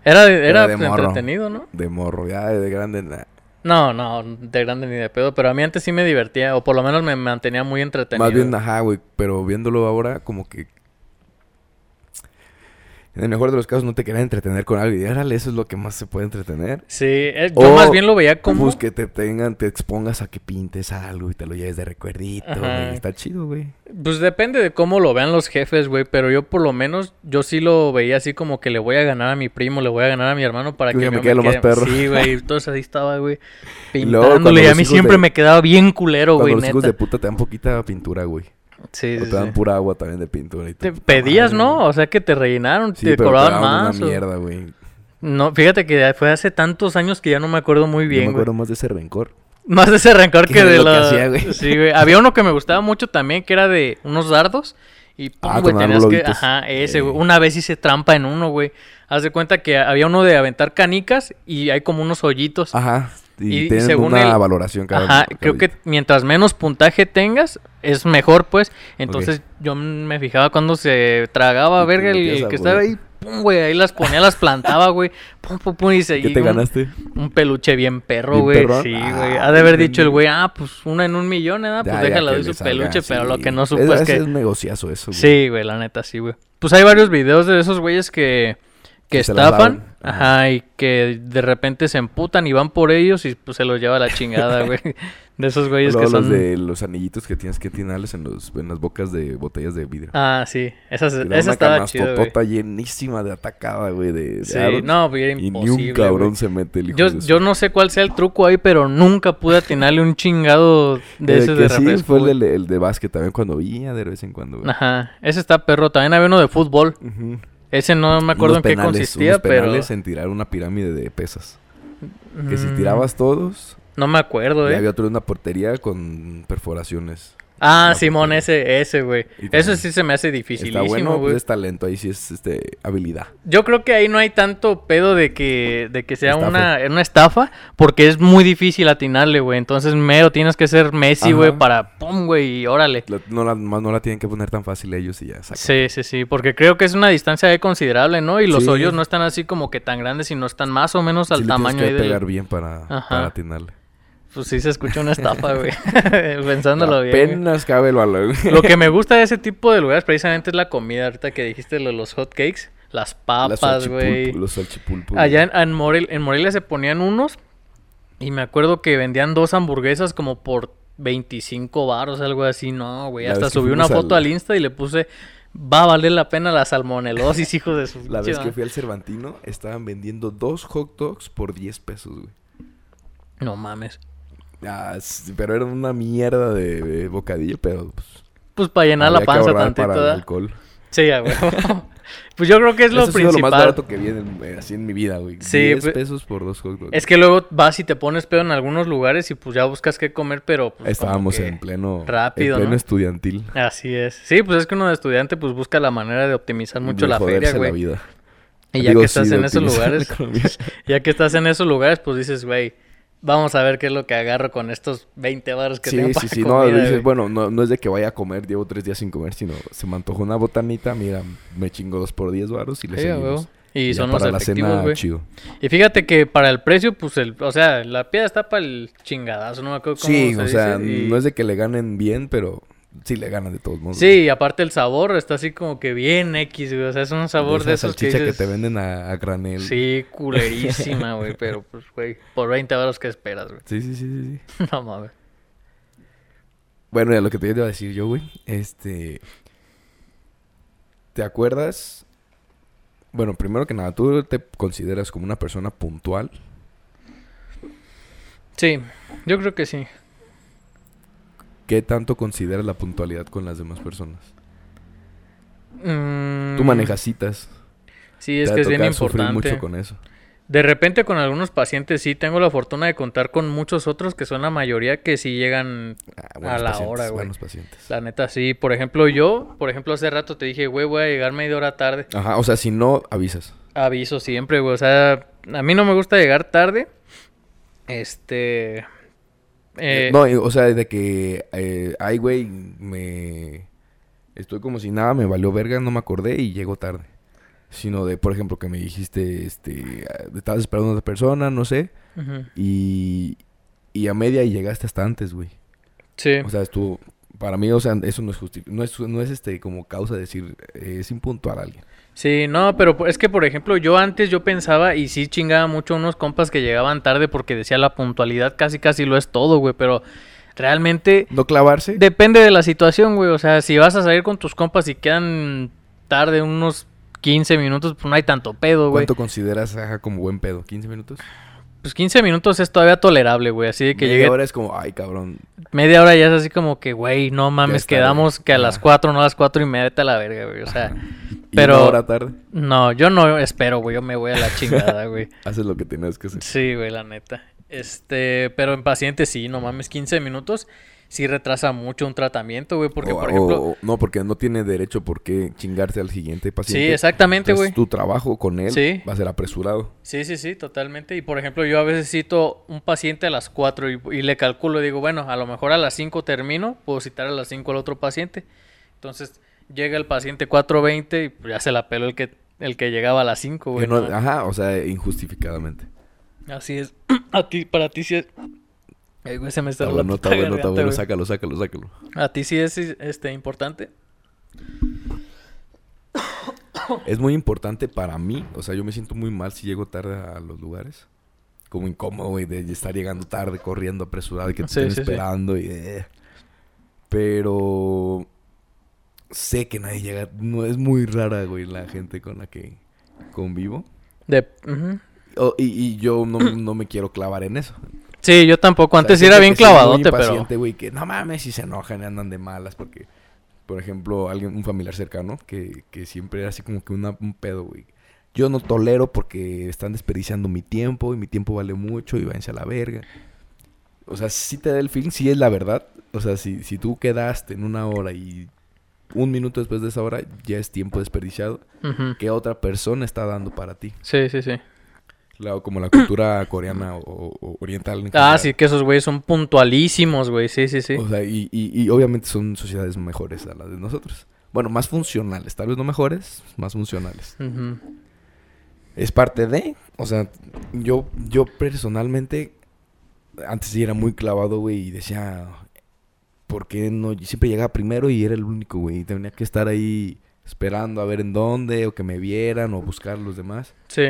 B: Era, de- era
A: Era de morro.
B: entretenido, ¿no?
A: de morro, ya de grande. nah.
B: No, no, de grande ni de pedo, pero a mí antes sí me divertía, o por lo menos me mantenía muy entretenido.
A: Más bien, ajá, güey, pero viéndolo ahora como que en el mejor de los casos no te querían entretener con algo. Y órale, eso es lo que más se puede entretener.
B: Sí, eh, yo
A: O
B: más bien lo veía como...
A: Pues que te tengan, te expongas a que pintes algo y te lo lleves de recuerdito,
B: Ajá.
A: güey. Está chido, güey.
B: Pues depende de cómo lo vean los jefes, güey, pero yo por lo menos, yo sí lo veía así como que le voy a ganar a mi primo, le voy a ganar a mi hermano para
A: Yo
B: que
A: ya me
B: mi mamá
A: quede lo más perro. [laughs]
B: Sí, güey, entonces ahí estaba, güey,
A: Y luego cuando
B: pintándole y a
A: los
B: mí
A: hijos
B: siempre
A: de-
B: me quedaba bien culero,
A: Cuando
B: güey,
A: los hijos de
B: neta.
A: puta te dan poquita pintura, güey.
B: Sí,
A: O
B: sí,
A: te dan
B: sí.
A: pura agua también de pintura. Y
B: Te
A: tú,
B: pedías,
A: madre,
B: ¿no?
A: güey.
B: O sea, que te rellenaron,
A: Sí,
B: te
A: pero
B: cobraban
A: daban
B: más.
A: Una
B: o-
A: mierda, güey. Yo
B: No, fíjate que fue hace tantos años que ya no me acuerdo muy
A: me
B: bien, güey.
A: acuerdo más de ese rencor.
B: Más de ese rencor
A: Que
B: que
A: de
B: de
A: lo que
B: la...
A: hacía, güey.
B: Sí, güey. Había uno que me gustaba mucho también, que era de unos dardos. Y, pum,
A: Ah,
B: güey,
A: con
B: tenías que...
A: arbolobitos.
B: Ajá, ese, güey.
A: Ey.
B: Una vez hice trampa en uno, güey. Haz de cuenta que había uno de aventar canicas y hay como unos hoyitos.
A: Ajá. Y,
B: Y- y
A: tienen
B: según
A: una
B: el-
A: valoración cada
B: Ajá,
A: cada
B: creo que
A: día.
B: mientras menos puntaje tengas, es mejor, pues. Entonces yo me fijaba cuando se tragaba,
A: Y te
B: verga, el,
A: metías a
B: que estaba
A: huevo.
B: ahí, pum, güey, ahí las ponía, las plantaba, güey, pum, pum, pum, y se...
A: ¿Qué
B: y
A: te
B: un-
A: ganaste?
B: Un peluche bien perro,
A: ¿Bien
B: güey.
A: perrón?
B: Sí,
A: Ah,
B: güey. Ha de haber
A: bien
B: dicho el
A: lindo.
B: güey, ah, pues una en un millón, ¿eh? Pues
A: Ya, ya
B: déjala
A: que
B: de
A: le
B: su
A: salga,
B: peluche, pero lo
A: sí.
B: que no supo
A: Es-
B: es,
A: ese
B: que.
A: es negociazo eso, güey.
B: Sí, güey, la neta, sí, güey. Pues hay varios videos de esos güeyes que, que
A: Que se las
B: estafan.
A: lavan. Ajá.
B: Ajá, y que de repente se emputan y van por ellos y pues se los lleva la chingada,
A: [laughs]
B: güey. De esos güeyes
A: Luego
B: que
A: los
B: son.
A: de los anillitos que tienes que atinarles en, los, en las bocas de botellas de vidrio.
B: Ah, sí. Esas,
A: Y luego
B: esa
A: una
B: estaba chida, güey.
A: canastotota llenísima de atacada, güey, de, de
B: Sí,
A: aros.
B: no, güey, era
A: Y
B: imposible.
A: ni un cabrón
B: güey.
A: se mete el hijo
B: Yo,
A: de su-
B: yo no sé cuál sea el truco ahí, pero nunca pude atinarle un chingado de
A: Eh,
B: esos
A: que
B: de
A: sí,
B: refresco.
A: fue
B: güey.
A: el de, el de básquet también cuando villa de vez en cuando, güey.
B: Ajá, ese está perro. También había uno de fútbol.
A: Ujú.
B: Ese no me acuerdo
A: Unos
B: en
A: penales,
B: qué consistía,
A: unos
B: pero.
A: penales en tirar una pirámide de pesas. Que si
B: Mm,
A: tirabas todos,
B: No me acuerdo,
A: y
B: eh.
A: había otro en una portería con perforaciones.
B: Ah,
A: una
B: Simón,
A: portería.
B: ese, ese, güey.
A: Y
B: Eso
A: también-
B: sí se me hace
A: Está
B: dificilísimo,
A: bueno,
B: güey.
A: pues es talento, ahí sí es este, habilidad.
B: Yo creo que ahí no hay tanto pedo de que, de que sea
A: Estafa.
B: una, una estafa, porque es muy difícil atinarle, güey. Entonces, mero, tienes que ser Messi, güey,
A: Ajá.
B: para pum, güey, y órale.
A: La- no la, más no la tienen que poner tan fácil ellos y ya, saca.
B: Sí, sí, sí, porque creo que es una distancia ahí considerable, ¿no? Y los
A: Sí.
B: hoyos no están así como que tan grandes, sino están más o menos
A: Sí
B: al
A: le tienes
B: tamaño
A: que
B: ahí del-
A: pegar bien para,
B: Ajá.
A: para atinarle.
B: Pues sí se escucha una
A: [laughs]
B: estafa, güey. Pensándolo bien. güey.
A: Apenas cabe el balón. [laughs] güey.
B: Lo que me gusta de ese tipo de lugares precisamente es la comida. Ahorita que dijiste lo de los hot cakes, las
A: Las
B: papas,
A: salchipulpo-
B: güey.
A: Los salchipulpos.
B: Allá en, en Morel- en Morelia se ponían unos y me acuerdo que vendían dos hamburguesas como por 25 baros, algo así. No, güey.
A: La
B: Hasta
A: vez que
B: subí una
A: fuimos
B: foto
A: al-
B: al Insta y le puse, va a valer la pena la salmonelosis, hijo de su
A: [laughs] La
B: pinche
A: vez que
B: madre".
A: fui al Cervantino, estaban vendiendo dos hot dogs por 10 pesos, güey.
B: No mames.
A: Ah, s- pero era una mierda de, de bocadillo, pero pues,
B: Pues para llenar
A: había
B: la
A: que
B: panza
A: ahorrar
B: tantito.
A: para el
B: ¿verdad?
A: alcohol.
B: Sí, a huevo. [laughs] pues yo creo que es lo
A: Eso ha sido lo
B: principal.
A: más barato que vi en el- eh, así en mi vida, güey.
B: Sí,
A: 10
B: pe-
A: pesos por dos hot dogs.
B: Es que luego vas y te pones pedo en algunos lugares y pues ya buscas qué comer, pero... pues, como
A: Estábamos
B: que-
A: en pleno,
B: rápido,
A: en pleno
B: ¿no?
A: estudiantil.
B: Así es. Sí, pues es que uno de estudiante pues busca la manera de optimizar mucho
A: de
B: la
A: joderse
B: feria,
A: la
B: güey.
A: vida.
B: Y ya
A: Digo,
B: que
A: sí,
B: estás
A: de
B: en esos
A: optimizar la
B: lugares,
A: economía.
B: ya [laughs] que estás en esos lugares, pues dices, güey, vamos a ver qué es lo que agarro con estos 20 baros que tengo
A: Sí,
B: para
A: sí, sí. No,
B: comida,
A: dices,
B: güey.
A: bueno, no, no es de que vaya a comer, llevo tres días sin comer, sino se me antojó una botanita, mira, me chingo dos por diez varos y le
B: Sí, a
A: seguimos.
B: huevo. Y
A: ya
B: son los
A: para la
B: efectivos,
A: cena,
B: güey.
A: chido.
B: Y fíjate que para el precio, pues el... O sea, la piedra está para el chingadazo, no me acuerdo cómo
A: Sí,
B: se
A: o sea,
B: dice, y-
A: no es de que le ganen bien, pero sí le ganan de todos modos.
B: Sí, y aparte el sabor está así como que bien X, güey. O sea, es un sabor de,
A: esa
B: esos que
A: salchicha que,
B: dices,
A: te venden a, a granel.
B: Sí,
A: [laughs]
B: culerísima, güey. Pero, pues, güey, por 20 baros que esperas, güey. [laughs]
A: Sí, sí, sí, sí, sí.
B: No mames.
A: Bueno, ya lo que te iba a decir yo, güey. Este. ¿Te acuerdas? Bueno, primero que nada, ¿tú te consideras como una persona puntual?
B: Sí, yo creo que sí.
A: ¿Qué tanto consideras la puntualidad con las demás personas? Tú manejas citas.
B: Mm, Sí, es que es bien
A: sufrir
B: importante.
A: mucho con eso.
B: De repente con algunos pacientes sí tengo la fortuna de contar con muchos otros que son la mayoría que sí llegan
A: Ah,
B: a la hora, güey.
A: Buenos pacientes.
B: La neta sí, por ejemplo yo, por ejemplo hace rato te dije, güey, voy a llegar media hora tarde.
A: Ajá, o sea, si no, avisas.
B: Aviso siempre, güey, o sea, a mí no me gusta llegar tarde. Este eh,
A: no, eh, o sea, de que, eh, ay, güey, me... Estoy como si nada, me valió verga, no me acordé y llego tarde. Sino de, por ejemplo, que me dijiste, este, ah, estabas esperando a otra persona, no sé,
B: ujú,
A: y, y a media y llegaste hasta antes, güey.
B: Sí.
A: O sea, estuvo, para mí, o sea, eso no es justi- no es, no es este, como causa de decir, eh, es impuntual a alguien.
B: Sí, no, pero po- es que por ejemplo, yo antes yo pensaba y sí chingaba mucho a unos compas que llegaban tarde porque decía la puntualidad casi casi lo es todo, güey, pero realmente
A: No clavarse.
B: Depende de la situación, güey. O sea, si vas a salir con tus compas y quedan tarde unos 15 minutos, pues no hay tanto pedo, güey.
A: ¿Cuánto consideras ajá, como buen pedo? ¿15 minutos?
B: Pues 15 minutos es todavía tolerable, güey. Así de que
A: Media
B: llegue
A: hora es como, ay, cabrón.
B: media hora ya es así como que, güey, no mames,
A: es tarde.
B: quedamos que a
A: Ajá.
B: las 4, no a las 4 y media, vete a la verga, güey. O sea,
A: Y
B: Pero-
A: una hora tarde,
B: no, yo no espero, güey. Yo me voy a la
A: [laughs]
B: chingada, güey.
A: haces lo que tenías que hacer.
B: Sí, güey, la neta. Este, pero en pacientes sí, no mames, 15 minutos sí retrasa mucho un tratamiento, güey. Porque,
A: O-
B: por ejemplo.
A: o- o- no, porque no tiene derecho por qué chingarse al siguiente
B: sí,
A: paciente.
B: exactamente,
A: Entonces,
B: güey.
A: Tu trabajo con él
B: Sí.
A: va a ser apresurado.
B: Sí, sí, sí, totalmente. Y por ejemplo, yo a veces cito un paciente a las 4 y, y le calculo, digo, bueno, a lo mejor a las 5 termino, puedo citar a las 5 al otro paciente. Entonces llega el paciente 4.20 y pues, ya se la peló el que, el que llegaba a las 5,
A: Que
B: güey.
A: no-
B: ¿no?
A: ajá, o sea, injustificadamente.
B: Así es. [clears throat] a ti, para ti sí es... Ay, güey, se me está
A: Está
B: [laughs] la
A: bueno, está
B: puta
A: bueno, está
B: garganta,
A: bueno.
B: güey.
A: Sácalo, sácalo,
B: [laughs]
A: sácalo.
B: A ti sí es este, importante.
A: Es muy importante para mí. O sea, yo me siento muy mal si llego tarde a los lugares. Como incómodo, güey, de estar llegando tarde, corriendo, apresurado, y que te
B: Sí,
A: estén
B: sí, sí.
A: esperando y... eh. Pero... Sé que nadie llega... No, es muy rara, güey, la gente con la que convivo.
B: De... ujú.
A: O- y, y yo no, no me quiero clavar en eso.
B: Sí, yo tampoco.
A: O sea,
B: Antes
A: hay
B: era
A: gente
B: bien
A: que sí es muy
B: clavadote, pero...
A: impaciente, güey, que no mames si se enojan y andan de malas porque... Por ejemplo, alguien, un familiar cercano que, que siempre era así como que una- un pedo, güey. Yo no tolero porque están desperdiciando mi tiempo y mi tiempo vale mucho y váyanse a la verga. O sea, si te da el feeling, si es la verdad. O sea, si, si tú quedaste en una hora y un minuto después de esa hora ya es tiempo desperdiciado
B: Ujú.
A: que otra persona está dando para ti.
B: Sí, sí, sí.
A: Claro, como la cultura [clears throat] coreana o, o- o oriental. en
B: Ah,
A: general.
B: sí, que esos güeyes son puntualísimos, güey. Sí, sí, sí.
A: O sea, y, y- y obviamente son sociedades mejores a las de nosotros. Bueno, más funcionales, tal vez no mejores, más funcionales.
B: Ujú.
A: Es parte de, o sea, yo, yo personalmente, antes sí era muy clavado, güey, y decía, ¿por qué no? Yo siempre llegaba primero y era el único, güey, y tenía que estar ahí esperando a ver en dónde, o que me vieran, o buscar a los demás.
B: Sí.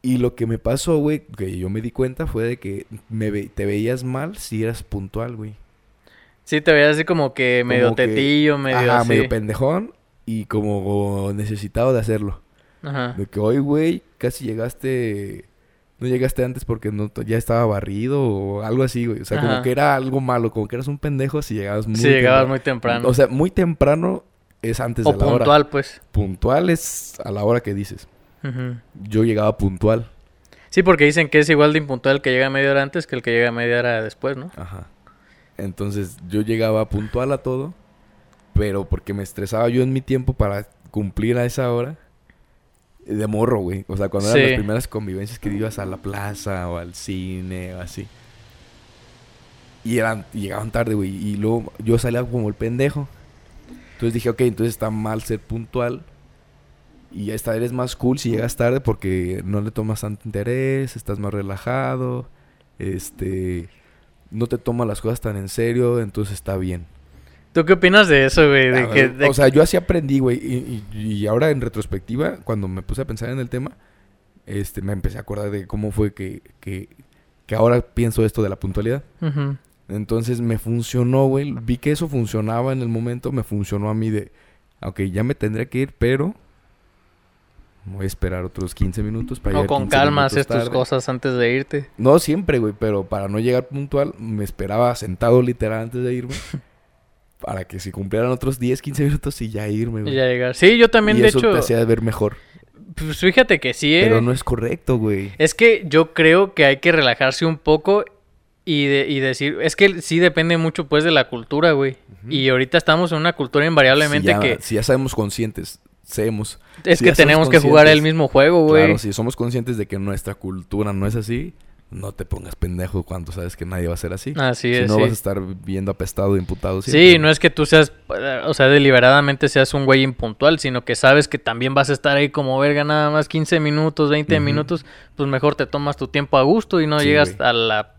A: Y lo que me pasó, güey, que yo me di cuenta fue de que me ve- te veías mal si eras puntual, güey.
B: Sí, te veías así como que medio
A: Como que-
B: tetillo, medio
A: Ajá,
B: así.
A: medio pendejón y como necesitado de hacerlo.
B: Ajá.
A: De que hoy, güey, casi llegaste. No llegaste antes porque no to- ya estaba barrido o algo así, güey. O sea,
B: Ajá.
A: como que era algo malo, como que eras un pendejo si llegabas muy
B: Sí, llegabas
A: temprano.
B: muy temprano.
A: O sea, muy temprano es antes
B: o
A: de la hora.
B: puntual, pues.
A: Puntual es a la hora que dices.
B: Ujú.
A: Yo llegaba puntual.
B: Sí, porque dicen que es igual de impuntual el que llega media hora antes que el que llega media hora después, ¿no?
A: Ajá. Entonces yo llegaba puntual a todo, pero porque me estresaba yo en mi tiempo para cumplir a esa hora. eh, De morro, güey. O sea, cuando eran
B: Sí.
A: las primeras convivencias que ibas a la plaza o al cine o así. Y eran, y llegaban tarde, güey. Y luego yo salía como el pendejo. Entonces dije, ok, entonces está mal ser puntual. Y esta eres más cool si llegas tarde porque no le tomas tanto interés, estás más relajado, este, no te tomas las cosas tan en serio, entonces está bien.
B: ¿Tú qué opinas de eso, güey? De
A: Ah,
B: que, de-
A: O sea, yo así aprendí, güey, y, y- y ahora en retrospectiva, cuando me puse a pensar en el tema, este, me empecé a acordar de cómo fue que, que, que ahora pienso esto de la puntualidad.
B: Ujú.
A: Entonces me funcionó, güey. Vi que eso funcionaba en el momento, me funcionó a mí de, ok, ya me tendría que ir, pero voy a esperar otros 15 minutos para
B: O
A: llegar
B: con
A: 15
B: calma
A: minutos
B: haces tus
A: tarde.
B: cosas antes de irte.
A: No siempre, güey, pero para no llegar puntual, me esperaba sentado literal antes de irme. para que si cumplieran otros 10, 15 minutos y ya irme,
B: Y
A: güey.
B: ya llegar. Sí, yo también,
A: y
B: de
A: eso
B: hecho.
A: te hacía ver mejor.
B: Pues fíjate que sí, ¿eh?
A: Pero no es correcto, güey.
B: Es que yo creo que hay que relajarse un poco y, de- y decir, es que sí depende mucho pues de la cultura, güey. Y ahorita estamos en una cultura invariablemente
A: si ya,
B: que
A: si ya sabemos conscientes, seamos.
B: es
A: si
B: que
A: ya somos
B: tenemos que jugar el
A: conscientes,
B: mismo juego, güey.
A: Claro, si somos conscientes de que nuestra cultura no es así, no te pongas pendejo cuando sabes que nadie va a ser así.
B: Así
A: si
B: es.
A: no
B: sí.
A: vas a estar viendo apestado e imputado.
B: Sí, no es que tú seas, eh, o sea, deliberadamente seas un güey impuntual, sino que sabes que también vas a estar ahí como verga nada más 15 minutos, 20
A: Ujú.
B: minutos, pues mejor te tomas tu tiempo a gusto y no
A: Sí,
B: llegas
A: güey.
B: a la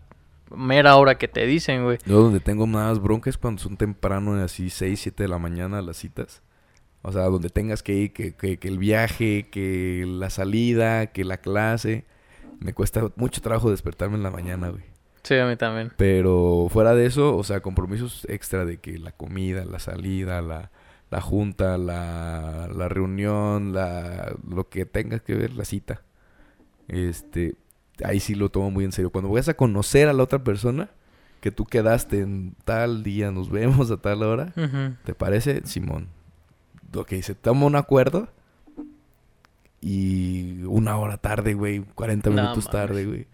B: mera hora que te dicen, güey.
A: Yo donde tengo más bronca es cuando son temprano, así 6, 7 de la mañana las citas. O sea, donde tengas que ir, que, que- que el viaje, que la salida, que la clase. Me cuesta mucho trabajo despertarme en la mañana, güey.
B: Sí, a mí también.
A: Pero fuera de eso, o sea, compromisos extra de que la comida, la salida, la, la junta, la, la reunión, la, lo que tengas que ver, la cita. Este, ahí sí lo tomo muy en serio. Cuando vayas a conocer a la otra persona, que tú quedaste en tal día, nos vemos a tal hora,
B: Ujú.
A: ¿te parece, Simón? Ok, se toma un acuerdo y una hora tarde, güey, 40
B: No
A: minutos
B: mames.
A: tarde, güey.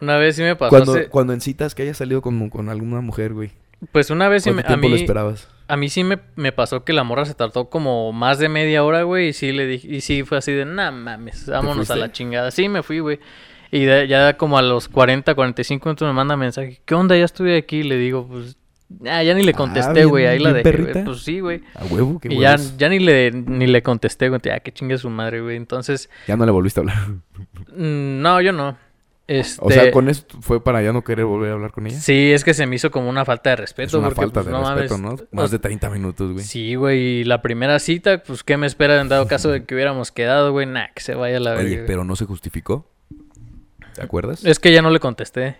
B: Una vez sí me pasó.
A: Cuando,
B: hace-
A: cuando en citas que hayas salido con, con alguna mujer, güey.
B: Pues una vez sí
A: ¿Cuánto
B: me- a
A: tiempo lo
B: mí,
A: esperabas?
B: a mí sí me, me pasó que la morra se tardó como más de media hora, güey. Y sí le dije, y sí fue así de, nah mames, vámonos a
A: fuiste?
B: la chingada. Sí, me fui, güey. Y de- ya como a los 40, 45 minutos me manda mensaje, ¿qué onda? Ya estuve aquí. Le digo, pues, ah, ya ni le
A: Ah,
B: contesté,
A: bien-
B: güey. Ahí la
A: bien
B: dejé, güey.
A: perrita.
B: Pues sí, güey.
A: A huevo, qué
B: Y ya,
A: huevos.
B: ya ni le ni le contesté, güey. Ya, que chingue su madre, güey. Entonces,
A: Ya no le volviste a hablar.
B: mm, no, yo no. Este,
A: O sea, con eso fue para ya no querer volver a hablar con ella.
B: Sí, es que se me hizo como una falta de respeto.
A: es una
B: porque,
A: falta
B: pues,
A: de
B: no mames,
A: respeto, ¿no?
B: o
A: Más de 30 minutos, güey.
B: Sí, güey, y la primera cita, pues, ¿qué me espera en dado caso de que hubiéramos quedado, güey? Nah, que se vaya a la verga.
A: Oye,
B: güey.
A: pero no se justificó. ¿Te acuerdas?
B: Es que ya no le contesté.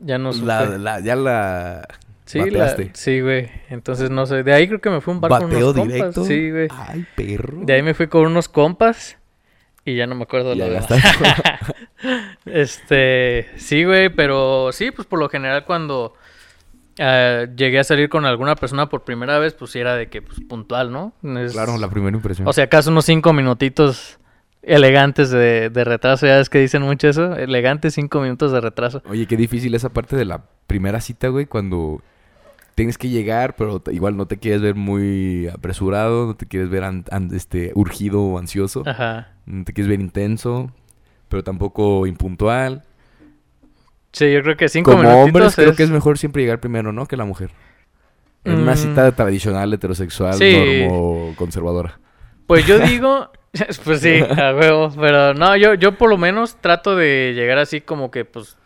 B: Ya no supe.
A: La- la- ya la
B: sí, la-
A: bateaste.
B: sí, güey. Entonces, no sé. De ahí creo que me fui a un bar con
A: Bateo
B: unos compas.
A: directo. Ah,
B: Sí, güey.
A: Ay, perro.
B: De ahí me fui con unos compas y ya no me acuerdo [laughs]
A: Ya
B: lo demás.
A: gastaste.
B: Este, sí, güey, pero sí, pues por lo general cuando eh, llegué a salir con alguna persona por primera vez, pues sí era de que, pues, puntual, ¿no? Es-
A: claro, la primera impresión.
B: O sea, acaso unos cinco minutitos elegantes de, de retraso, ya es que dicen mucho eso, elegantes cinco minutos de retraso.
A: Oye, qué difícil esa parte de la primera cita, güey, cuando tienes que llegar, pero te- igual no te quieres ver muy apresurado, no te quieres ver an- an- este, urgido o ansioso,
B: Ajá.
A: no te quieres ver intenso, pero tampoco impuntual.
B: Sí, yo creo que cinco
A: Como
B: minutitos
A: hombres creo
B: es-
A: que es mejor siempre llegar primero, ¿no? Que la mujer. En una
B: Mm.
A: cita tradicional, heterosexual,
B: Sí.
A: normo conservadora.
B: Pues
A: [laughs]
B: yo digo... [laughs] Pues sí, a huevo, pero no, yo, yo por lo menos trato de llegar así como que, pues,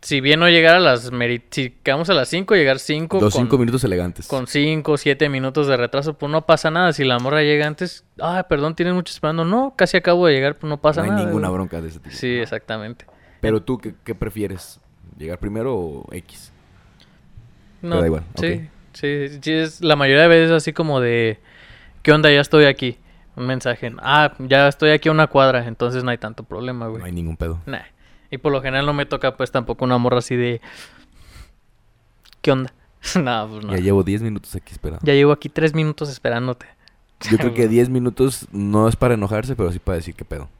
B: si bien no llegar a las, meri- si quedamos a las cinco, llegar cinco
A: Los
B: con-
A: cinco minutos elegantes.
B: con 5, 7 minutos de retraso, pues no pasa nada. Si la morra llega antes, ah, perdón, tienes mucho esperando. No, casi acabo de llegar, pues no pasa
A: no hay
B: nada.
A: ninguna
B: güey.
A: bronca de ese tipo.
B: Sí, exactamente.
A: Pero tú, ¿qué, qué prefieres? ¿Llegar primero o X?
B: No,
A: da igual,
B: Sí,
A: ok.
B: sí, sí, sí, es, la mayoría de veces así como de, ¿qué onda? Ya estoy aquí. Un mensaje. Ah, ya estoy aquí a una cuadra, entonces no hay tanto problema, güey.
A: No hay ningún pedo.
B: Nah. Y por lo general no me toca pues tampoco una morra así de, ¿qué onda? [laughs] no, pues no.
A: Ya llevo 10 minutos aquí esperando.
B: ya llevo aquí tres minutos esperándote.
A: Yo creo que 10 minutos no es para enojarse, pero sí para decir qué pedo.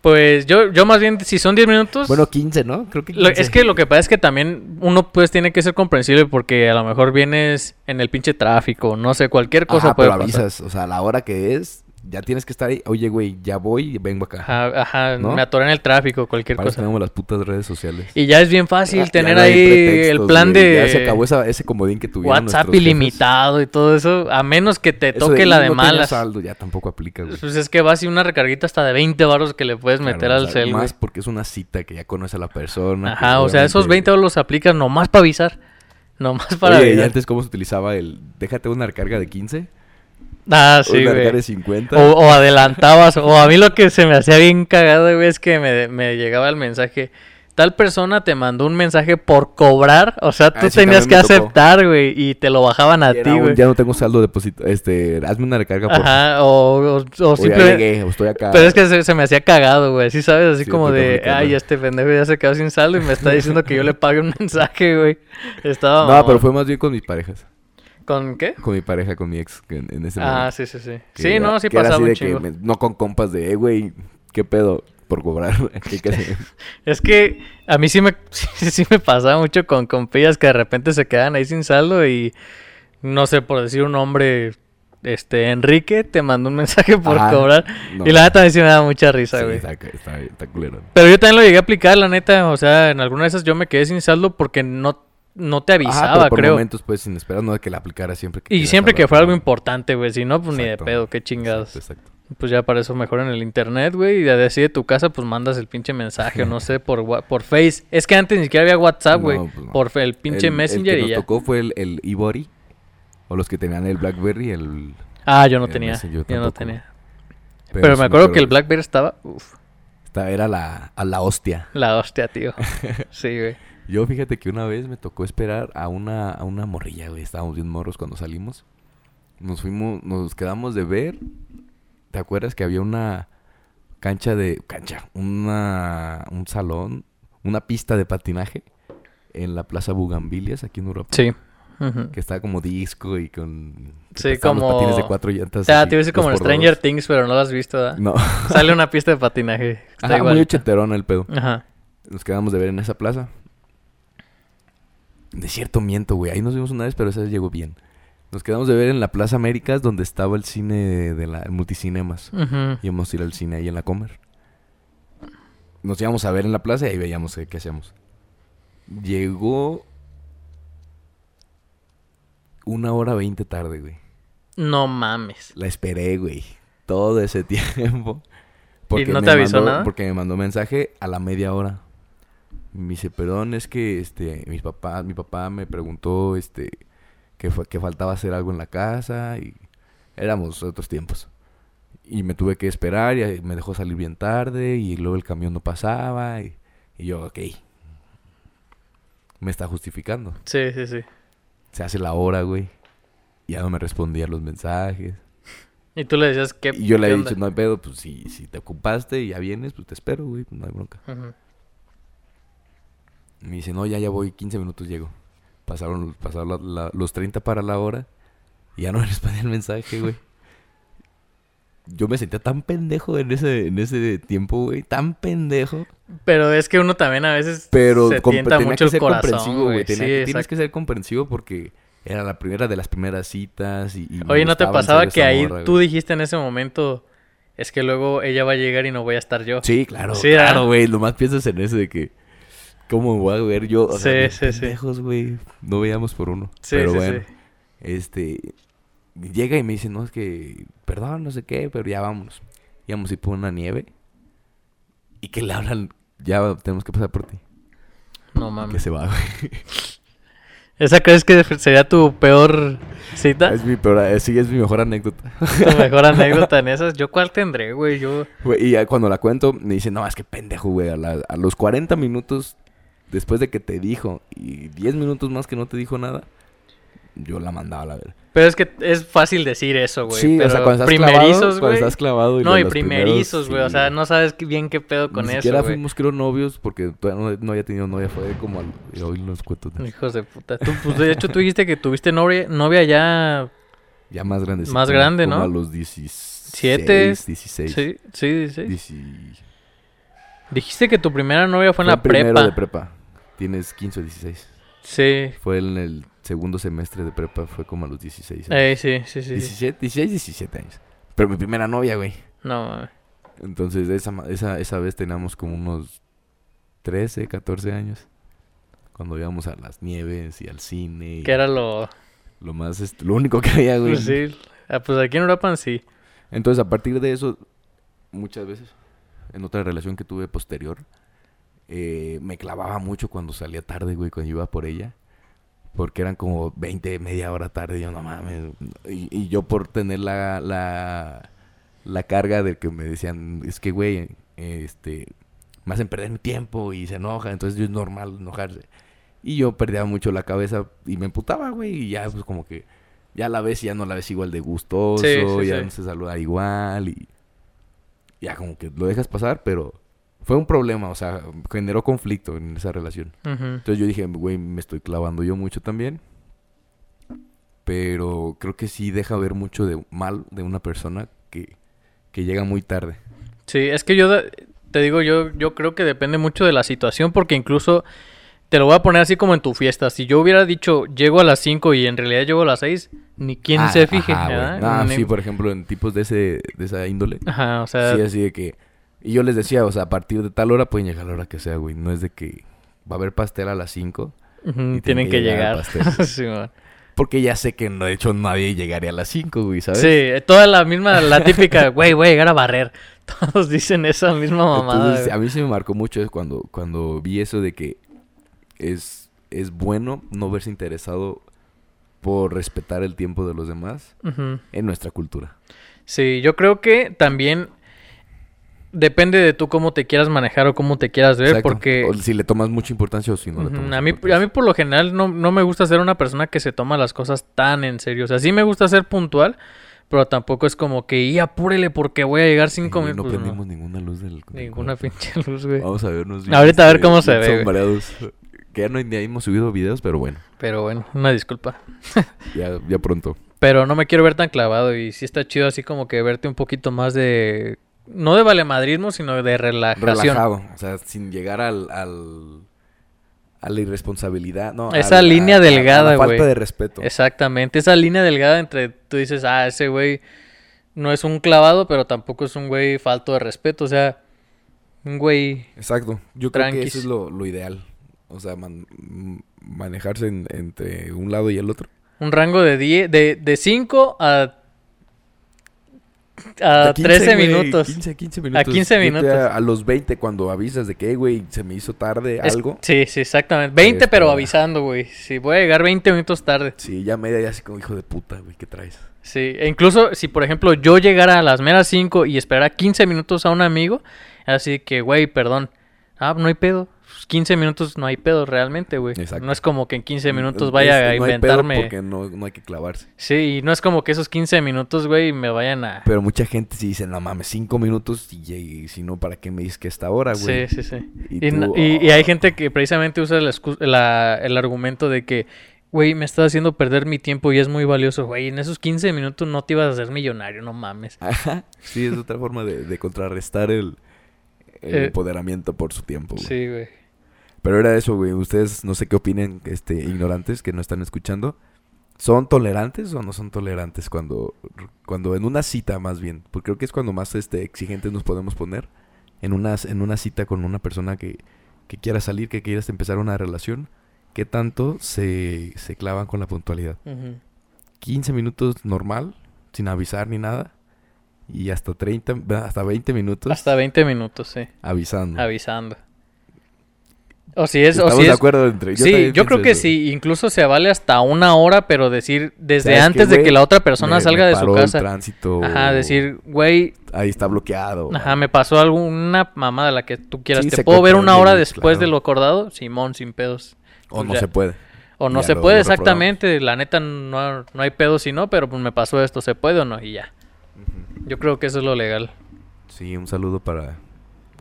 B: Pues yo, yo más bien, si son 10 minutos...
A: Bueno, 15, ¿no? Creo que
B: Pues, Lo-
A: 15.
B: es que lo que pasa es que también uno pues tiene que ser comprensible porque a lo mejor vienes en el pinche tráfico, no sé, cualquier cosa
A: Ajá,
B: puede
A: pero
B: pasar.
A: avisas, o sea, a la hora que es, ya tienes que estar ahí. Oye, güey, ya voy y vengo acá.
B: Ajá, ajá,
A: ¿No?
B: me atoré en el tráfico, cualquier
A: Para eso
B: cosa.
A: tenemos las putas redes sociales.
B: Y ya es bien fácil
A: Ya-
B: tener
A: ya no hay
B: ahí el
A: pretextos,
B: plan
A: güey.
B: de
A: Ya se acabó esa- ese comodín que tuvieron
B: WhatsApp
A: nuestros jefes.
B: ilimitado y todo eso, a menos que te
A: Eso
B: toque
A: "Y
B: la de
A: no tenía
B: malas.
A: saldo, ya tampoco aplica, güey.
B: Pues es que vas y una recarguita hasta de 20 baros que le puedes
A: Claro,
B: meter
A: o
B: al
A: sea,
B: cel, güey.
A: Más porque es una cita que ya conoce a la persona. que
B: Ajá, o sea, esos 20
A: seguramente-
B: baros los aplicas nomás para avisar. Nomás para
A: Oye, ¿y
B: avisar.
A: antes cómo se utilizaba el... Déjate una recarga de 15,
B: Ah, sí,
A: una
B: güey.
A: recarga de 50...
B: O, o adelantabas, o a mí lo que se me hacía bien cagado, güey, es que me, me llegaba el mensaje, tal persona te mandó un mensaje por cobrar, o sea, tú
A: Ah, sí,
B: tenías que
A: también me tocó.
B: aceptar, güey, y te lo bajaban a
A: Era
B: ti,
A: un,
B: güey.
A: Ya no tengo saldo depósito. Este, hazme una recarga por. Ajá,
B: Ajá, o, o, o
A: o ya
B: simplemente...
A: llegué, o estoy acá.
B: Pero es que se, se me hacía cagado, güey. Sí, sabes, así
A: Sí,
B: como
A: muy
B: de,
A: complicado.
B: ay, este pendejo ya se quedó sin saldo y me está diciendo que yo le pague un [laughs] mensaje, güey. Estaba.
A: No, pero
B: mamón.
A: fue más bien con mis parejas.
B: ¿Con qué?
A: Con mi pareja, con mi ex en, en ese momento.
B: Ah, sí, sí, sí.
A: Que
B: Sí,
A: era-
B: no, sí
A: que era
B: pasaba
A: así
B: un
A: de que
B: chingo.
A: me- no con compas de, eh, güey, ¿qué pedo? Por cobrar. [laughs] ¿Qué, qué hacer?
B: Es que a mí sí me, [laughs] sí, sí me pasaba mucho con compillas que de repente se quedan ahí sin saldo y no sé, por decir un nombre, este, Enrique te mandó un [laughs] mensaje [laughs] por
A: Ajá,
B: cobrar.
A: no.
B: Y la neta a mí sí me daba mucha
A: Sí,
B: risa, güey.
A: está, está- está culero.
B: Pero yo también lo llegué a aplicar, la neta. O sea, en alguna de esas yo me quedé sin saldo porque no, no te
A: Ajá,
B: avisaba,
A: pero por
B: creo.
A: momentos, pues, inesperados, no de que la aplicara siempre.
B: Y
A: quieras
B: siempre que
A: hablar
B: fuera
A: con
B: algo
A: alguien.
B: importante, güey. Si no, pues ni de
A: Exacto.
B: pedo, qué chingados.
A: Exacto,
B: Pues ya para eso mejor en el internet, güey. Y de así de tu casa, pues mandas el pinche mensaje o no sé, por, wa- por Face. Es que antes ni siquiera había WhatsApp,
A: No,
B: güey.
A: pues no.
B: Por fe- el pinche
A: El-
B: Messenger
A: El que
B: y ya.
A: nos tocó fue el, el Ibori. O los que tenían el Blackberry, el...
B: Ah, yo no
A: el
B: tenía.
A: Messenger
B: Yo, no
A: tampoco.
B: tenía. Pero,
A: sí
B: me acuerdo que el Blackberry estaba. Uf,
A: esta era la, a la hostia.
B: la hostia,
A: [laughs]
B: tío. Sí, güey.
A: Yo fíjate que una vez me tocó esperar a una, a una morrilla, güey. Estábamos bien morros cuando salimos. Nos fuimos, nos quedamos de ver. ¿Te acuerdas que había una cancha de... Cancha. Una, un salón, una pista de patinaje en la Plaza Bugambilias, aquí en Europa.
B: Sí. Ujú.
A: Que estaba como disco y con... que
B: Sí,
A: estaban los
B: como-
A: patines de cuatro llantas.
B: O sea,
A: así,
B: te iba a decir
A: dos
B: como en
A: por dos.
B: Stranger Things, pero no lo has visto, ¿verdad?
A: No.
B: [laughs] Sale
A: [laughs]
B: una pista de patinaje. Está
A: Ajá, muy
B: igual.
A: ochenterón el pedo.
B: Ajá.
A: Nos quedamos de ver en esa plaza. De cierto miento, güey. Ahí nos vimos una vez, pero esa vez llegó bien. Nos quedamos de ver en la Plaza Américas, donde estaba el cine de la el Multicinemas.
B: Ujú.
A: Íbamos a ir al cine ahí en la Comer. Nos íbamos a ver en la plaza y ahí veíamos eh, qué hacíamos. Llegó una hora veinte tarde, güey.
B: No mames.
A: La esperé, güey. Todo ese [laughs] tiempo.
B: no
A: me
B: te avisó
A: mandó-
B: nada?
A: Porque me mandó mensaje a la media hora. Me dice, perdón, es que este, mis papás, mi papá me preguntó este, que, fa- que faltaba hacer algo en la casa y éramos otros tiempos. Y me tuve que esperar y eh, me dejó salir bien tarde y luego el camión no pasaba y, y yo, ok, me está justificando.
B: Sí, sí, sí.
A: Se hace la hora, güey. Ya no me respondía los mensajes.
B: Y tú le decías que.
A: Y yo le he dicho, no hay pedo, pues si, si te ocupaste y ya vienes, pues te espero, güey, pues, no hay bronca. Y me dice, no, ya, ya voy, 15 minutos llego. Pasaron, pasaron la- la- los 30 para la hora y ya no [laughs] me respondía el mensaje, güey. Yo me sentía tan pendejo en ese, en ese tiempo, güey, tan pendejo.
B: Pero es que uno también a veces
A: Pero
B: se
A: com-
B: tienta
A: tenía que
B: mucho el
A: ser
B: corazón,
A: comprensivo,
B: güey.
A: güey.
B: Sí,
A: tenía que- Tienes
B: exacto.
A: que ser comprensivo porque era la primera de las primeras citas y... y me
B: Oye, ¿no te
A: gustaba en
B: pasaba
A: serio
B: que
A: esa
B: ahí
A: morra,
B: tú
A: güey.
B: dijiste en ese momento, es que luego ella va a llegar y no voy a estar yo?
A: Sí, claro,
B: Sí, ¿verdad?
A: claro, güey. Lo más piensas en eso de que... ¿Cómo me voy a ver yo? O
B: Sí,
A: bien
B: sí, sí.
A: pendejos, güey. No veíamos por uno.
B: Sí,
A: pero
B: sí,
A: bueno,
B: sí.
A: este... Llega y me dice, no, es que... Perdón, no sé qué, pero ya vámonos. Íbamos a ir por una nieve. Y que le hablan... Ya tenemos que pasar por ti.
B: No
A: Que
B: mames.
A: se va, güey.
B: ¿Esa crees que sería tu peor cita?
A: [laughs] Es mi peor... eh, Sí, es mi mejor anécdota.
B: ¿Tu mejor anécdota en esas? ¿Yo cuál tendré, güey? Yo...
A: Güey, y ya cuando la cuento, me dice, no, es que pendejo, güey. A, la- a los 40 minutos después de que te dijo y 10 minutos más que no te dijo nada, yo la mandaba a la ver.
B: Pero es que es fácil decir eso, güey.
A: sí,
B: pero
A: o sea, cuando estás clavado,
B: primerizos,
A: cuando
B: güey.
A: estás clavado.
B: No,
A: de
B: y
A: los primeros,
B: primerizos, güey. O
A: sí.
B: sea, no sabes qué- bien qué pedo con
A: Ni
B: eso,
A: siquiera
B: güey.
A: fuimos, creo, novios porque todavía no, no había tenido novia. Fue como al- hoy los cuento.
B: Hijos de puta. Tú, pues, de hecho, tú dijiste que tuviste novia, novia ya.
A: Ya más grande.
B: Más grande, ¿no?
A: A los 17,
B: Siete.
A: 16.
B: Sí, sí, sí.
A: dieci-
B: Dijiste que tu primera novia fue en
A: Fue
B: la
A: primero
B: prepa.
A: de prepa. Tienes 15 o 16.
B: Sí.
A: Fue en el segundo semestre de prepa, fue como a los 16 años.
B: Eh, sí, sí, sí. sí.
A: 17, 16, 17 años. Pero mi primera novia, güey.
B: No, mames.
A: Entonces, esa, ma- esa, esa vez teníamos como unos 13, 14 años. Cuando íbamos a las nieves y al cine. y
B: que era lo.
A: Lo más, este, lo único que había, güey.
B: Sí. Ah, pues aquí en Europa sí.
A: Entonces, a partir de eso, muchas veces, en otra relación que tuve posterior, eh, me clavaba mucho cuando salía tarde, güey, cuando iba por ella. Porque eran como 20, media hora tarde, y yo no mames. Y, y yo por tener la, la, la carga de que me decían, es que, güey, eh, este, me hacen perder mi tiempo y se enoja, entonces yo es normal enojarse. Y yo perdía mucho la cabeza y me emputaba, güey, y ya pues como que ya la ves y ya no la ves igual de gustoso,
B: Sí, sí,
A: ya
B: sí.
A: no se saluda igual y ya como que lo dejas pasar, pero fue un problema, o sea, generó conflicto en esa relación.
B: Ujú.
A: Entonces yo dije, güey, me estoy clavando yo mucho también. Pero creo que sí deja ver mucho de mal de una persona que, que llega muy tarde.
B: Sí, es que yo de- te digo, yo, yo creo que depende mucho de la situación, porque incluso te lo voy a poner así como en tu fiesta. Si yo hubiera dicho llego a las 5 y en realidad llego a las 6, ni quien
A: Ah,
B: se fije.
A: ajá, güey.
B: ¿verdad?
A: Ah,
B: Ni-
A: sí, por ejemplo, en tipos de, ese, de esa índole.
B: Ajá, [laughs] o sea,
A: sí, así de que... Y yo les decía, o sea, a partir de tal hora pueden llegar a la hora que sea, güey. No es de que va a haber pastel a las 5.
B: ujú,
A: tienen
B: tienen
A: que
B: que
A: llegar al
B: llegar. [laughs]
A: pastel.
B: Sí, man.
A: Porque ya sé que, no, de hecho, nadie llegaría a las 5, güey, ¿sabes?
B: Sí, eh, toda la misma, la típica, [laughs] güey, voy a llegar a barrer. [laughs] Todos dicen esa misma mamada.
A: Entonces,
B: güey.
A: a mí sí me marcó mucho es cuando, cuando vi eso de que es, es bueno no verse interesado por respetar el tiempo de los demás
B: Ujú.
A: en nuestra cultura.
B: Sí, yo creo que también depende de tú cómo te quieras manejar o cómo te quieras ver,
A: Exacto.
B: porque
A: O si le tomas mucha importancia o si no le
B: Ujú,
A: tomas
B: A mí, a mí
A: importancia.
B: por lo general no, no me gusta ser una persona que se toma las cosas tan en serio. O sea, sí me gusta ser puntual, pero tampoco es como que, y apúrele porque voy a llegar pues, cinco
A: Y
B: minutos.
A: No
B: no.
A: prendimos Oh. ninguna luz del... del
B: Ninguna
A: cuarto.
B: [laughs] pinche luz, güey.
A: Vamos a vernos
B: Ahorita a ver
A: este,
B: cómo se
A: bien
B: ve, güey.
A: sombreados. Que ya no ni hemos subido videos, pero bueno,
B: Pero bueno, una disculpa.
A: ya, ya pronto.
B: Pero no me quiero ver tan clavado y sí está chido así como que verte un poquito más de... No de valemadrismo, sino de relajación.
A: Relajado, o sea, sin llegar al... al- a la irresponsabilidad, no.
B: Esa
A: al- a-
B: línea
A: a- a la
B: delgada,
A: falta
B: güey.
A: de respeto.
B: Exactamente, esa línea delgada entre tú dices, ah, ese güey no es un clavado, pero tampoco es un güey falto de respeto, o sea, un güey...
A: Exacto. Yo creo que
B: Tranquis.
A: eso es lo, lo ideal. O sea, man- m- manejarse en- entre un lado y el otro.
B: Un rango de 10, de, de 5 a, a
A: De 15,
B: 13
A: güey,
B: minutos.
A: 15, 15 minutos.
B: 15
A: Yo te-
B: minutos.
A: A, los 20 cuando avisas de que, "Eh, güey, se me hizo tarde
B: Es-
A: algo.
B: sí, sí, exactamente. 20,
A: Este,
B: pero
A: ah.
B: avisando, güey. Sí, voy a llegar 20 minutos tarde.
A: Sí, ya media, ya así como hijo de puta, güey, ¿qué traes?
B: Sí, e incluso si, por ejemplo, yo llegara a las meras 5 y esperara 15 minutos a un amigo, así que, güey, perdón. Ah, no hay pedo. 15 minutos no hay pedo realmente, güey.
A: Exacto. Mm,
B: No es como que en 15 minutos
A: Es- este,
B: vaya a
A: no hay pedo
B: inventarme.
A: porque no, no hay que clavarse.
B: Sí, y no es como que esos 15 minutos, güey, me vayan a...
A: Pero mucha gente sí dice, no mames, 5 minutos y, y si no, ¿para qué me dices que es esta hora, güey?
B: Sí, sí, sí.
A: Y
B: Y,
A: tú,
B: no- y- y hay
A: "Ah".
B: gente que precisamente usa la excu- la- el argumento de que, güey, me estás haciendo perder mi tiempo y es muy valioso, güey. En esos 15 minutos no te ibas a hacer millonario, no mames.
A: Ajá. Sí, es otra forma de, de contrarrestar el, el
B: Eh,
A: empoderamiento por su tiempo, güey.
B: Sí, güey.
A: Pero era eso, güey. Ustedes no sé qué opinen, este, ignorantes que no están escuchando. ¿Son tolerantes o no son tolerantes cuando, cuando en una cita más bien? Porque creo que es cuando más este, exigentes nos podemos poner. En una, en una cita con una persona que, que quiera salir, que quieras empezar una relación. ¿Qué tanto se, se clavan con la puntualidad?
B: Ujú.
A: 15 minutos normal, sin avisar ni nada. Y hasta 30, hasta 20 minutos
B: Hasta 20 minutos, sí.
A: avisando.
B: Avisando. O si es... O
A: Estamos
B: si
A: de
B: es
A: acuerdo entre
B: sí,
A: también
B: yo creo
A: pienso
B: que
A: eso.
B: sí. Incluso se vale hasta una hora, pero decir desde
A: ¿Sabes qué,
B: antes de
A: güey?
B: que la otra persona
A: Me-
B: salga
A: me
B: de su
A: paró el
B: casa.
A: tránsito.
B: Ajá, decir, güey,
A: Ahí está bloqueado.
B: Ajá, me pasó alguna mamada de la que tú quieras.
A: Oh. Sí, se
B: ¿Te puedo ver una
A: comprende,
B: hora
A: güey,
B: después de
A: claro.
B: lo acordado? Simón, sin pedos.
A: O
B: Pues
A: no
B: ya.
A: se puede.
B: O no
A: Ya
B: se
A: lo-
B: puede
A: lo
B: exactamente. La neta, no, no hay pedos si no, pero pues me pasó esto. ¿Se puede o no? Y ya. Yo creo que eso es lo legal.
A: Sí, un saludo para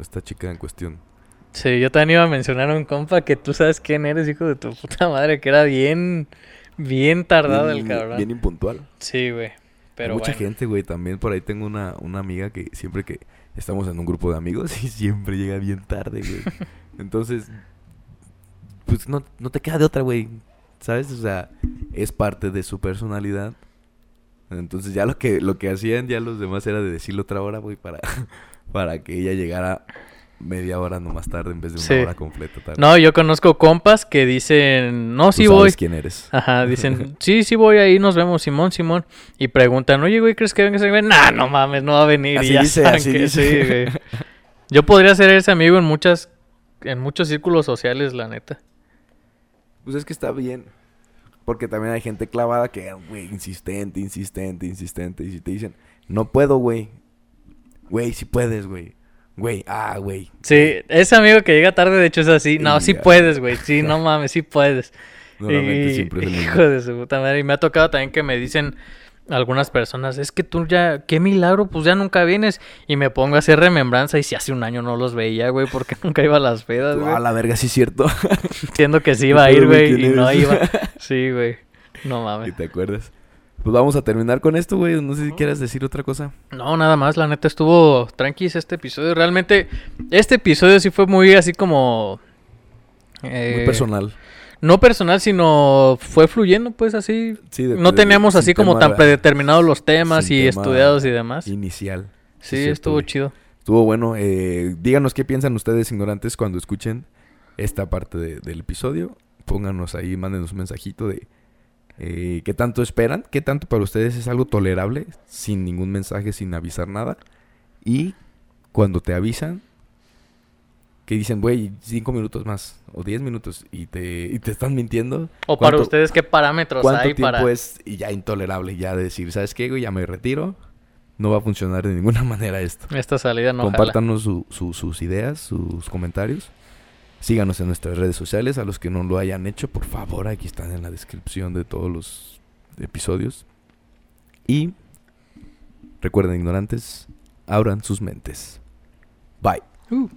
A: esta chica en cuestión.
B: Sí, yo también iba a mencionar a un compa que tú sabes quién eres, hijo de tu puta madre, que era bien, bien tardado el
A: Bien-
B: cabrón.
A: Mm, Bien impuntual.
B: Sí, güey. Pero
A: Mucha
B: bueno.
A: gente, güey. También por ahí tengo una, una amiga que siempre que estamos en un grupo de amigos [laughs] y siempre llega bien tarde,
B: [laughs]
A: güey. Entonces, pues no, no te queda de otra, güey. ¿Sabes? O sea, es parte de su personalidad. Entonces ya lo que, lo que hacían ya los demás era de decirle otra hora, güey, para, [laughs] para que ella llegara media hora no más tarde en vez de una
B: Sí.
A: hora completa tarde.
B: No, yo conozco compas que dicen, no,
A: Tú
B: sí
A: sabes
B: voy.
A: quién eres. [laughs]
B: Ajá, dicen, sí, sí voy ahí, nos vemos, Simón, Simón. Y preguntan, oye, güey, ¿crees que venga ese güey? Nah, no mames, no va a venir.
A: Así
B: y ya
A: dice,
B: saben
A: así
B: que
A: dice. [laughs]
B: sí, güey. Yo podría ser ese amigo en muchas, en muchos círculos sociales, la neta.
A: Pues es que está bien. Porque también hay gente clavada que, güey, insistente, insistente, insistente. Y si te dicen, no puedo, güey. Güey, si puedes, güey. Güey, ah, güey.
B: Sí, ese amigo que llega tarde, de hecho, es así. No, sí
A: Ya.
B: puedes, güey.
A: [laughs]
B: Sí, no mames, sí puedes.
A: Normalmente
B: Y-
A: siempre es el mismo.
B: Hijo de su puta madre. Y me ha tocado también que me dicen algunas personas, es que tú ya, qué milagro, pues ya nunca vienes. Y me pongo a hacer remembranza y si hace un año no los veía, güey, porque [laughs] nunca iba a las pedas,
A: Tú,
B: güey.
A: ah, la verga, sí es
B: [laughs]
A: cierto.
B: Siendo que sí
A: Qué
B: iba a
A: pedo,
B: ir,
A: güey,
B: güey, y
A: ¿quién
B: no
A: eres? [laughs]
B: iba. Sí, güey. No
A: ¿Y
B: mames.
A: te acuerdas? Pues vamos a terminar con esto, güey. No sé si quieras decir otra cosa.
B: No, nada más, la neta estuvo tranquis este episodio. Realmente, este episodio sí fue muy así como... eh,
A: Muy personal.
B: No personal, sino fue fluyendo, pues así.
A: Sí, de-
B: No
A: de-
B: teníamos
A: sin
B: así como
A: tema
B: tan predeterminados los
A: [laughs]
B: temas
A: sin
B: y
A: tema
B: estudiados y demás.
A: Inicial.
B: Sí,
A: cierto,
B: estuvo
A: güey.
B: chido.
A: Estuvo bueno. eh, díganos qué piensan ustedes, ignorantes, cuando escuchen esta parte de- del episodio. Pónganos ahí, mándenos un mensajito de eh, qué tanto esperan, qué tanto para ustedes es algo tolerable, sin ningún mensaje, sin avisar nada. Y cuando te avisan, que dicen, güey, cinco minutos más o diez minutos y te, y te están mintiendo.
B: O para
A: ¿cuánto-
B: ustedes, ¿qué parámetros
A: ¿Cuánto
B: hay
A: tiempo
B: para...?
A: es y ya intolerable? Ya decir, ¿sabes qué, güey? Ya me retiro. No va a funcionar de ninguna [laughs] manera esto.
B: Esta salida no jala.
A: Compártanos su- su- sus ideas, sus comentarios. Síganos en nuestras redes sociales. A los que no lo hayan hecho, por favor, aquí están en la descripción de todos los episodios. Y recuerden, ignorantes, abran sus mentes. Bye.
B: Uh.